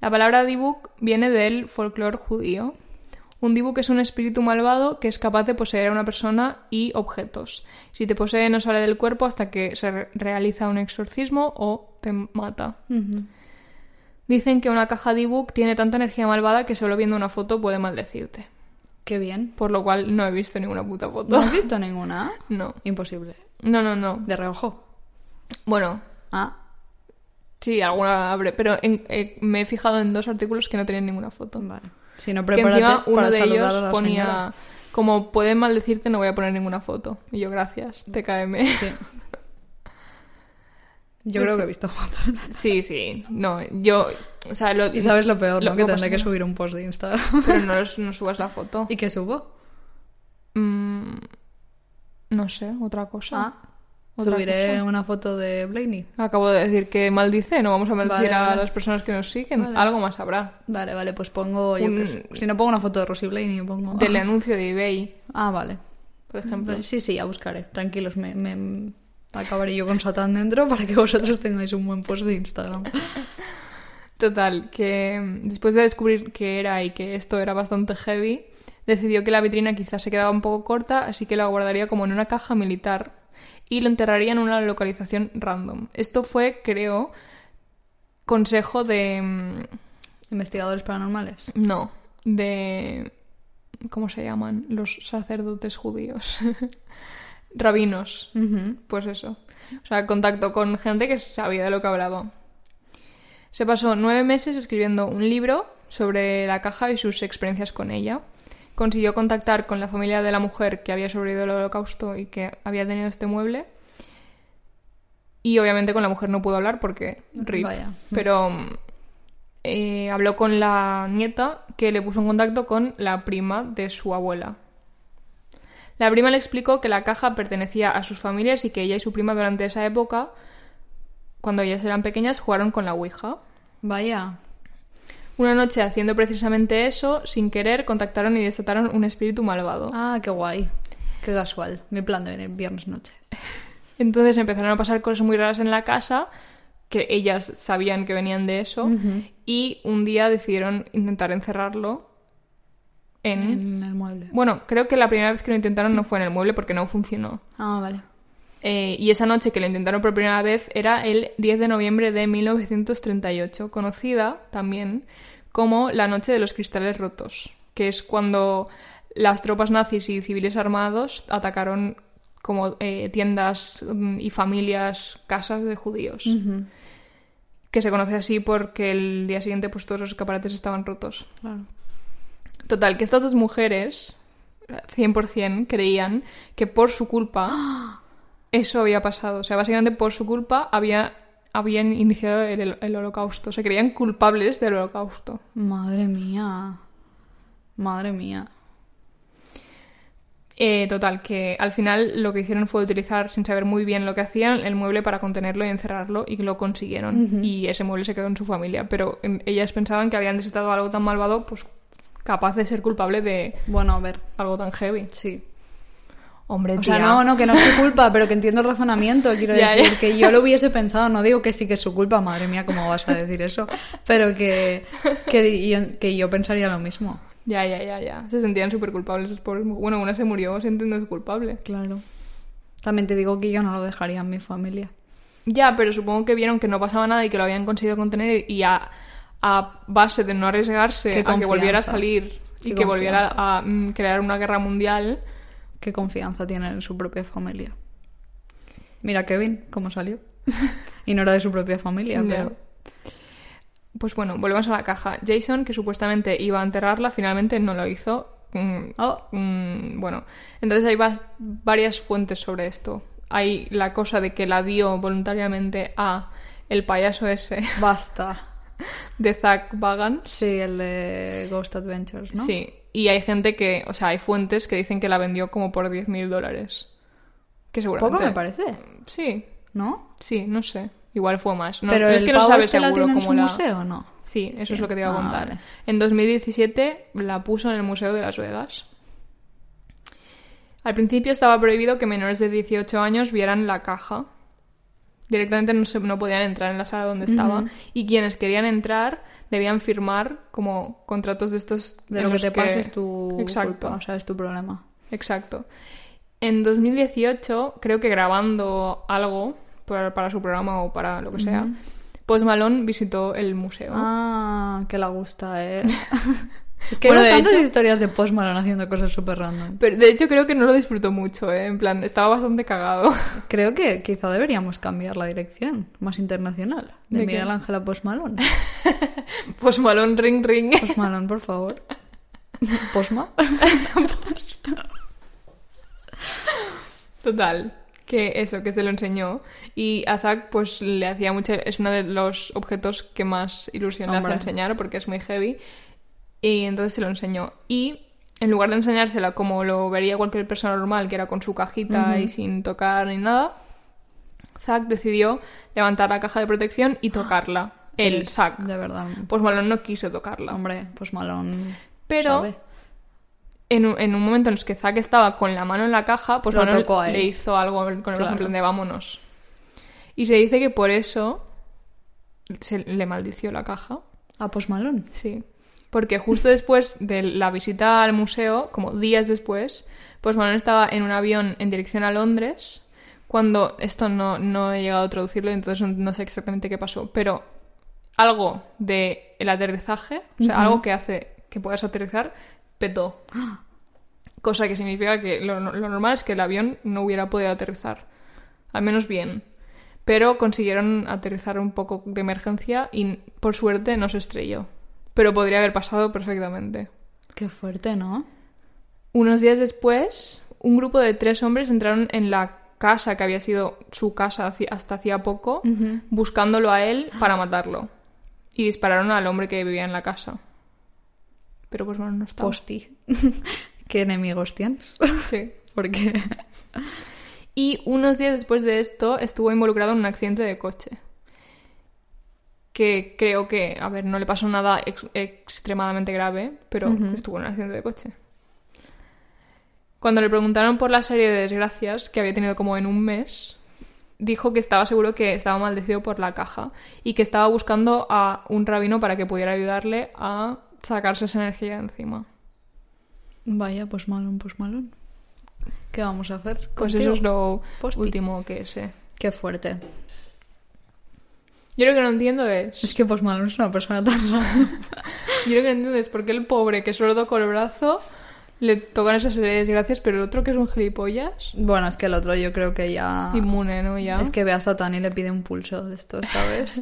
Speaker 2: La palabra D-Book viene del folclore judío. Un Dibuk es un espíritu malvado que es capaz de poseer a una persona y objetos. Si te posee, no sale del cuerpo hasta que se re- realiza un exorcismo o te mata.
Speaker 1: Ujú.
Speaker 2: Dicen que una caja D-Book tiene tanta energía malvada que solo viendo una foto puede maldecirte.
Speaker 1: Qué bien.
Speaker 2: Por lo cual no he visto ninguna puta foto.
Speaker 1: [laughs] ¿No has visto ninguna?
Speaker 2: [laughs] No.
Speaker 1: Imposible.
Speaker 2: No, no, no.
Speaker 1: De reojo.
Speaker 2: Bueno,
Speaker 1: Ah,
Speaker 2: sí, alguna habré. Pero en- eh, me he fijado en dos artículos que no tenían ninguna foto.
Speaker 1: vale. Si no,
Speaker 2: que
Speaker 1: prepárate
Speaker 2: encima uno
Speaker 1: para
Speaker 2: de
Speaker 1: saludar
Speaker 2: ellos
Speaker 1: a la
Speaker 2: ponía
Speaker 1: señora.
Speaker 2: como pueden maldecirte no voy a poner ninguna foto y yo gracias TKM
Speaker 1: Sí. Yo creo que he visto fotos.
Speaker 2: [laughs] sí sí no yo o sea lo,
Speaker 1: Y sabes lo peor, ¿no? que
Speaker 2: pasa-
Speaker 1: tendré que subir un post
Speaker 2: [laughs]
Speaker 1: de Instagram.
Speaker 2: pero no, los- no subas la foto
Speaker 1: ¿Y qué subo?
Speaker 2: Mm, no sé otra cosa
Speaker 1: [laughs] Ah,
Speaker 2: Otra
Speaker 1: subiré
Speaker 2: cosa.
Speaker 1: una foto de Blaney.
Speaker 2: acabo de decir que maldice no vamos a maldecir
Speaker 1: Vale,
Speaker 2: a
Speaker 1: vale.
Speaker 2: las personas que nos siguen
Speaker 1: Vale.
Speaker 2: algo más habrá
Speaker 1: Vale, vale, pues pongo... yo
Speaker 2: Un-
Speaker 1: qué sé. Si no pongo una foto de Rosy Blaney, pongo...
Speaker 2: teleanuncio de eBay
Speaker 1: Ah, vale.
Speaker 2: por ejemplo
Speaker 1: Sí, sí, ya buscaré. Tranquilos, me, me- acabaré yo con Satán dentro para que [laughs] vosotros tengáis un buen post de Instagram.
Speaker 2: Total, que mm, después de descubrir que era y que esto era bastante heavy, decidió que la vitrina quizás se quedaba un poco corta, así que la guardaría como en una caja militar y lo enterraría en una localización random. Esto fue, creo, consejo de... mm,
Speaker 1: [laughs] Investigadores paranormales.
Speaker 2: No, de... ¿Cómo se llaman? Los sacerdotes judíos. [laughs] Rabinos.
Speaker 1: Ujú.
Speaker 2: Pues eso. O sea, contacto con gente que sabía de lo que hablaba. Se pasó nueve meses escribiendo un libro sobre la caja y sus experiencias con ella. Consiguió contactar con la familia de la mujer que había sobrevivido al holocausto y que había tenido este mueble. Y obviamente con la mujer no pudo hablar porque rip.
Speaker 1: Vaya.
Speaker 2: Pero mm, eh, habló con la nieta que le puso en contacto con la prima de su abuela. La prima le explicó que la caja pertenecía a sus familias y que ella y su prima durante esa época, cuando ellas eran pequeñas, jugaron con la Ouija.
Speaker 1: Vaya.
Speaker 2: Una noche haciendo precisamente eso, sin querer, contactaron y desataron un espíritu malvado.
Speaker 1: Ah, qué guay. Qué casual. Mi plan de venir viernes noche.
Speaker 2: Entonces empezaron a pasar cosas muy raras en la casa, que ellas sabían que venían de eso, y un día decidieron intentar encerrarlo en...
Speaker 1: En el mueble.
Speaker 2: Bueno, creo que la primera vez que lo intentaron no fue en el mueble porque no funcionó.
Speaker 1: Ah, vale.
Speaker 2: Eh, y esa noche que lo intentaron por primera vez era el 10 de noviembre de 1938, conocida también como la Noche de los Cristales Rotos, que es cuando las tropas nazis y civiles armados atacaron como eh, tiendas mm, y familias, casas de judíos, que se conoce así porque el día siguiente pues todos los escaparates estaban rotos.
Speaker 1: Claro.
Speaker 2: Total, que estas dos mujeres, 100%, creían que por su culpa eso había pasado. O sea, básicamente por su culpa había, habían iniciado el, el holocausto. Se creían culpables del holocausto.
Speaker 1: Madre mía. Madre mía.
Speaker 2: Eh, total, que al final lo que hicieron fue utilizar, sin saber muy bien lo que hacían, el mueble para contenerlo y encerrarlo, y lo consiguieron. Y ese mueble se quedó en su familia. Pero em, ellas pensaban que habían desatado algo tan malvado, pues capaz de ser culpable de
Speaker 1: Bueno, a ver.
Speaker 2: algo tan heavy.
Speaker 1: Sí.
Speaker 2: Hombre,
Speaker 1: O sea,
Speaker 2: tía.
Speaker 1: no, no, que no es su culpa, pero que entiendo el razonamiento. Quiero
Speaker 2: Ya,
Speaker 1: decir
Speaker 2: ya.
Speaker 1: que yo lo hubiese pensado. No digo que sí que es su culpa, madre mía, ¿cómo vas a decir eso? Pero que, que, di- yo, que yo pensaría lo mismo.
Speaker 2: Ya, ya, ya, ya. Se sentían súper culpables los pobres. mu- Bueno, una se murió sintiéndose culpable.
Speaker 1: Claro. También te digo que yo no lo dejaría en mi familia.
Speaker 2: Ya, pero supongo que vieron que no pasaba nada y que lo habían conseguido contener y a, a base de no arriesgarse
Speaker 1: Qué
Speaker 2: a que volviera a
Speaker 1: confianza.
Speaker 2: salir
Speaker 1: Qué
Speaker 2: y que volviera a mm, crear una guerra mundial.
Speaker 1: ¿Qué confianza tiene en su propia familia? Mira Kevin, cómo salió. [laughs] y no era de su propia familia,
Speaker 2: Ya.
Speaker 1: pero...
Speaker 2: Pues bueno, volvemos a la caja. Jason, que supuestamente iba a enterrarla, finalmente no lo hizo. Mm,
Speaker 1: Oh.
Speaker 2: mm, bueno, entonces hay vas- varias fuentes sobre esto. Hay la cosa de que la dio voluntariamente a el payaso ese [laughs]
Speaker 1: Basta.
Speaker 2: de Zach Bagans.
Speaker 1: Sí, el de Ghost Adventures, ¿no?
Speaker 2: Sí, y hay gente que, o sea, hay fuentes que dicen que la vendió como por 10.000 dólares. Que seguramente.
Speaker 1: Poco me parece,
Speaker 2: Sí,
Speaker 1: ¿no?
Speaker 2: sí, no sé. Igual fue más. No,
Speaker 1: pero
Speaker 2: no
Speaker 1: el
Speaker 2: es que no
Speaker 1: pavo
Speaker 2: sabes
Speaker 1: este la
Speaker 2: seguro
Speaker 1: tiene en
Speaker 2: cómo
Speaker 1: su
Speaker 2: la.
Speaker 1: museo, ¿no?
Speaker 2: Sí, eso
Speaker 1: Sí.
Speaker 2: es lo que te iba a
Speaker 1: Ah,
Speaker 2: contar.
Speaker 1: vale.
Speaker 2: En 2017 la puso en el Museo de Las Vegas. Al principio estaba prohibido que menores de 18 años vieran la caja, Directamente no, se, no podían entrar en la sala donde estaba. Y quienes querían entrar debían firmar como contratos de estos...
Speaker 1: De
Speaker 2: en
Speaker 1: lo que
Speaker 2: los
Speaker 1: te pasa es tu
Speaker 2: Exacto.
Speaker 1: culpa, o sea, es tu problema.
Speaker 2: Exacto. En 2018, creo que grabando algo para, para su programa o para lo que sea, Post Malone visitó el museo.
Speaker 1: Ah, que la gusta, [laughs] eh. es que
Speaker 2: Bueno,
Speaker 1: hay
Speaker 2: de
Speaker 1: bastantes
Speaker 2: hecho-
Speaker 1: historias de Post Malone haciendo cosas súper random.
Speaker 2: Pero de hecho creo que no lo disfrutó mucho, ¿eh? En plan, estaba bastante cagado. [laughs]
Speaker 1: Creo que quizá deberíamos cambiar la dirección, más internacional, de,
Speaker 2: ¿De qué?
Speaker 1: Miguel Ángel a Post Malone.
Speaker 2: Post Malone, ring, ring. [laughs]
Speaker 1: Post Malone, por [laughs] favor. Posma.
Speaker 2: Total, que eso, que se lo enseñó. Y a Zack, pues le hacía mucha. Es uno de los objetos que más ilusión le
Speaker 1: Hombre.
Speaker 2: hace enseñar porque es muy heavy. Y entonces se lo enseñó. Y en lugar de enseñársela como lo vería cualquier persona normal, que era con su cajita y sin tocar ni nada, Zack decidió levantar la caja de protección y tocarla. El
Speaker 1: Eres,
Speaker 2: Zack.
Speaker 1: De verdad.
Speaker 2: Pues Malone no quiso tocarla.
Speaker 1: Hombre, Post Malone.
Speaker 2: Pero
Speaker 1: sabe.
Speaker 2: en un, en un momento en los que Zack estaba con la mano en la caja, pues
Speaker 1: Lo
Speaker 2: Manuel
Speaker 1: tocó a él.
Speaker 2: le hizo algo con el brazo en
Speaker 1: Claro.
Speaker 2: plan de vámonos. Y se dice que por eso se le maldició la caja.
Speaker 1: A Post Malone.
Speaker 2: Sí. Porque justo después de la visita al museo, como días después, pues Manuel estaba en un avión en dirección a Londres. Cuando esto no, no he llegado a traducirlo, entonces no- no sé exactamente qué pasó. Pero algo del el aterrizaje, o sea, algo que hace que puedas aterrizar, petó. Cosa que significa que lo, lo normal es que el avión no hubiera podido aterrizar. Al menos bien. Pero consiguieron aterrizar un poco de emergencia y por suerte no se estrelló. Pero podría haber pasado perfectamente.
Speaker 1: Qué fuerte, ¿no?
Speaker 2: Unos días después, un grupo de tres hombres entraron en la casa que había sido su casa haci- hasta hacía poco, buscándolo a él para matarlo. Y dispararon al hombre que vivía en la casa. Pero pues bueno, no estaba.
Speaker 1: Posti. [laughs] ¿Qué enemigos tienes?
Speaker 2: Sí.
Speaker 1: Porque.
Speaker 2: Y unos días después de esto estuvo involucrado en un accidente de coche. Que creo que, a ver, no le pasó nada ex- extremadamente grave, pero estuvo en un accidente de coche. Cuando le preguntaron por la serie de desgracias que había tenido como en un mes, dijo que estaba seguro que estaba maldecido por la caja y que estaba buscando a un rabino para que pudiera ayudarle a sacarse esa energía de encima.
Speaker 1: Vaya, Post Malone, Post Malone. ¿Qué vamos a hacer?
Speaker 2: Pues
Speaker 1: contigo?
Speaker 2: eso es lo
Speaker 1: Posti.
Speaker 2: último que sé.
Speaker 1: Qué fuerte.
Speaker 2: Yo lo que no entiendo es...
Speaker 1: Es que Post Malone es una persona tan rara.
Speaker 2: [laughs] Yo lo que no entiendo es por qué el pobre que solo toca el brazo le tocan esas serie de desgracias, pero el otro que es un gilipollas,
Speaker 1: [laughs] bueno, es que el otro yo creo que ya.
Speaker 2: inmune, ¿no? Ya.
Speaker 1: Ah. Es que ve a Satán y le pide un pulso de esto, [laughs] ¿sabes?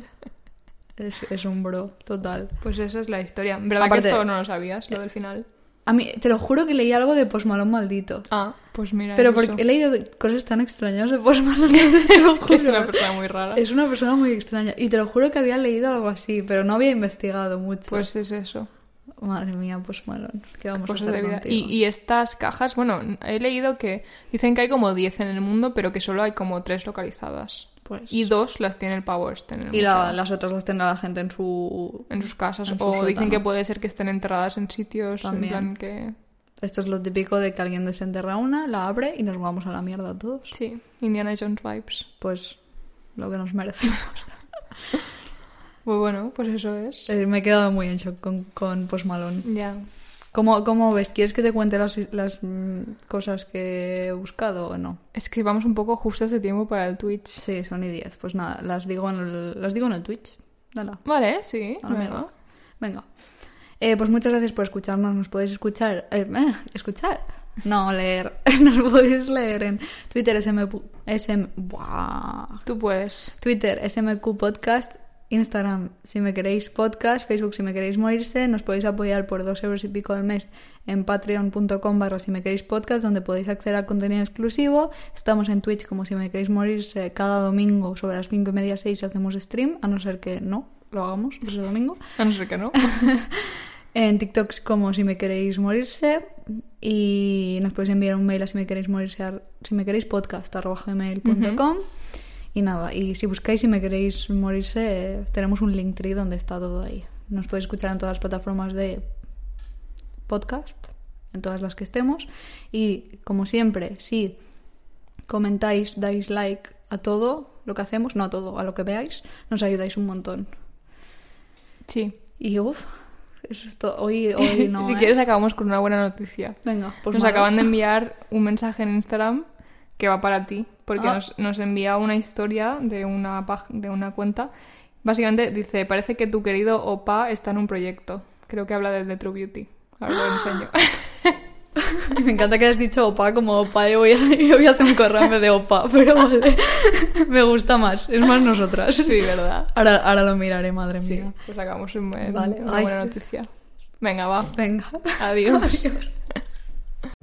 Speaker 1: es, es un bro, total.
Speaker 2: Pues esa es la historia. ¿Verdad
Speaker 1: Aparte-
Speaker 2: que
Speaker 1: Eh,
Speaker 2: esto no lo sabías, lo del final?
Speaker 1: A mí, te lo juro que leí algo de Post Malone maldito.
Speaker 2: Ah, pues mira.
Speaker 1: Pero
Speaker 2: es
Speaker 1: porque
Speaker 2: [laughs] eso.
Speaker 1: he leído de- cosas tan extrañas de Post Malone, [laughs] te lo
Speaker 2: [laughs]
Speaker 1: juro.
Speaker 2: es una persona muy rara.
Speaker 1: Es una persona muy extraña. Y te lo juro que había leído algo así, pero no había investigado mucho.
Speaker 2: Pues es eso.
Speaker 1: Madre mía, Post Malone. ¿Qué vamos
Speaker 2: Cosas
Speaker 1: a
Speaker 2: de
Speaker 1: hacer
Speaker 2: vida. Y,
Speaker 1: contigo?
Speaker 2: y estas cajas, bueno, he leído que dicen que hay como 10 en el mundo, pero que solo hay como 3 localizadas.
Speaker 1: Pues-
Speaker 2: Y dos las tiene el Power este en el
Speaker 1: Y la-
Speaker 2: museo.
Speaker 1: las otras las tendrá la gente en su...
Speaker 2: En sus casas.
Speaker 1: en su
Speaker 2: o dicen
Speaker 1: sótano.
Speaker 2: que puede ser que estén enterradas en sitios. en
Speaker 1: También.
Speaker 2: plan que...
Speaker 1: Esto es lo típico de que alguien desenterra una, la abre y nos vamos a la mierda todos.
Speaker 2: Sí, Indiana Jones vibes.
Speaker 1: Pues lo que nos merecemos. [laughs]
Speaker 2: Pues bueno, pues eso es.
Speaker 1: Eh, me he quedado muy en shock con, con Post Malone.
Speaker 2: Ya.
Speaker 1: ¿Cómo, cómo ves? ¿Quieres que te cuente las, las mm, cosas que he buscado o no?
Speaker 2: Es que vamos un poco justos de tiempo para el Twitch.
Speaker 1: Sí, son y 10. Pues nada, las digo en el, las digo en el Twitch. Nada.
Speaker 2: Vale, sí.
Speaker 1: A la
Speaker 2: venga.
Speaker 1: mierda. Venga. Eh, pues muchas gracias por escucharnos. Nos podéis escuchar. eh, eh, escuchar. No, leer. [laughs] Nos podéis leer en Twitter SM. pu- SM buah.
Speaker 2: Tú puedes.
Speaker 1: Twitter SMQ Podcast. Instagram, si me queréis podcast, Facebook, si me queréis morirse, nos podéis apoyar por dos euros y pico al mes en patreon.com barra si me queréis podcast, donde podéis acceder a contenido exclusivo. Estamos en Twitch como si me queréis morirse cada domingo sobre las cinco y media, seis hacemos stream, a no ser que no lo hagamos ese domingo.
Speaker 2: A no ser que no.
Speaker 1: [laughs] En TikToks como si me queréis morirse y nos podéis enviar un mail a si me queréis morirse ar- si me queréis podcast arroba gmail.com y nada y si buscáis si me queréis morirse eh, tenemos un link tree donde está todo ahí nos podéis escuchar en todas las plataformas de podcast en todas las que estemos y como siempre si comentáis dais like a todo lo que hacemos, no a todo, a lo que veáis, nos ayudáis un montón.
Speaker 2: [laughs] Sí.
Speaker 1: Y uff, eso es todo. Hoy, [laughs] hoy no.
Speaker 2: si
Speaker 1: ¿eh?
Speaker 2: quieres acabamos con una buena noticia.
Speaker 1: Venga, pues
Speaker 2: nos
Speaker 1: Maru.
Speaker 2: acaban de enviar un mensaje en Instagram que va para ti, porque
Speaker 1: Ah.
Speaker 2: nos, nos envía una historia de una, pag- de una cuenta. Básicamente dice, parece que tu querido Opa está en un proyecto. Creo que habla del de True Beauty. Ahora lo enseño. [laughs]
Speaker 1: [laughs] Me encanta que has dicho opa como opa. Yo voy a, [laughs] yo voy a hacer un correo en vez de opa, [laughs] pero vale. Me gusta más, es más nosotras.
Speaker 2: sí, ¿verdad?
Speaker 1: Ahora, ahora lo miraré, madre
Speaker 2: Sí,
Speaker 1: mía.
Speaker 2: pues acabamos en, en
Speaker 1: Vale,
Speaker 2: una
Speaker 1: ay.
Speaker 2: buena noticia. Venga,
Speaker 1: [laughs]
Speaker 2: va.
Speaker 1: Venga.
Speaker 2: Adiós.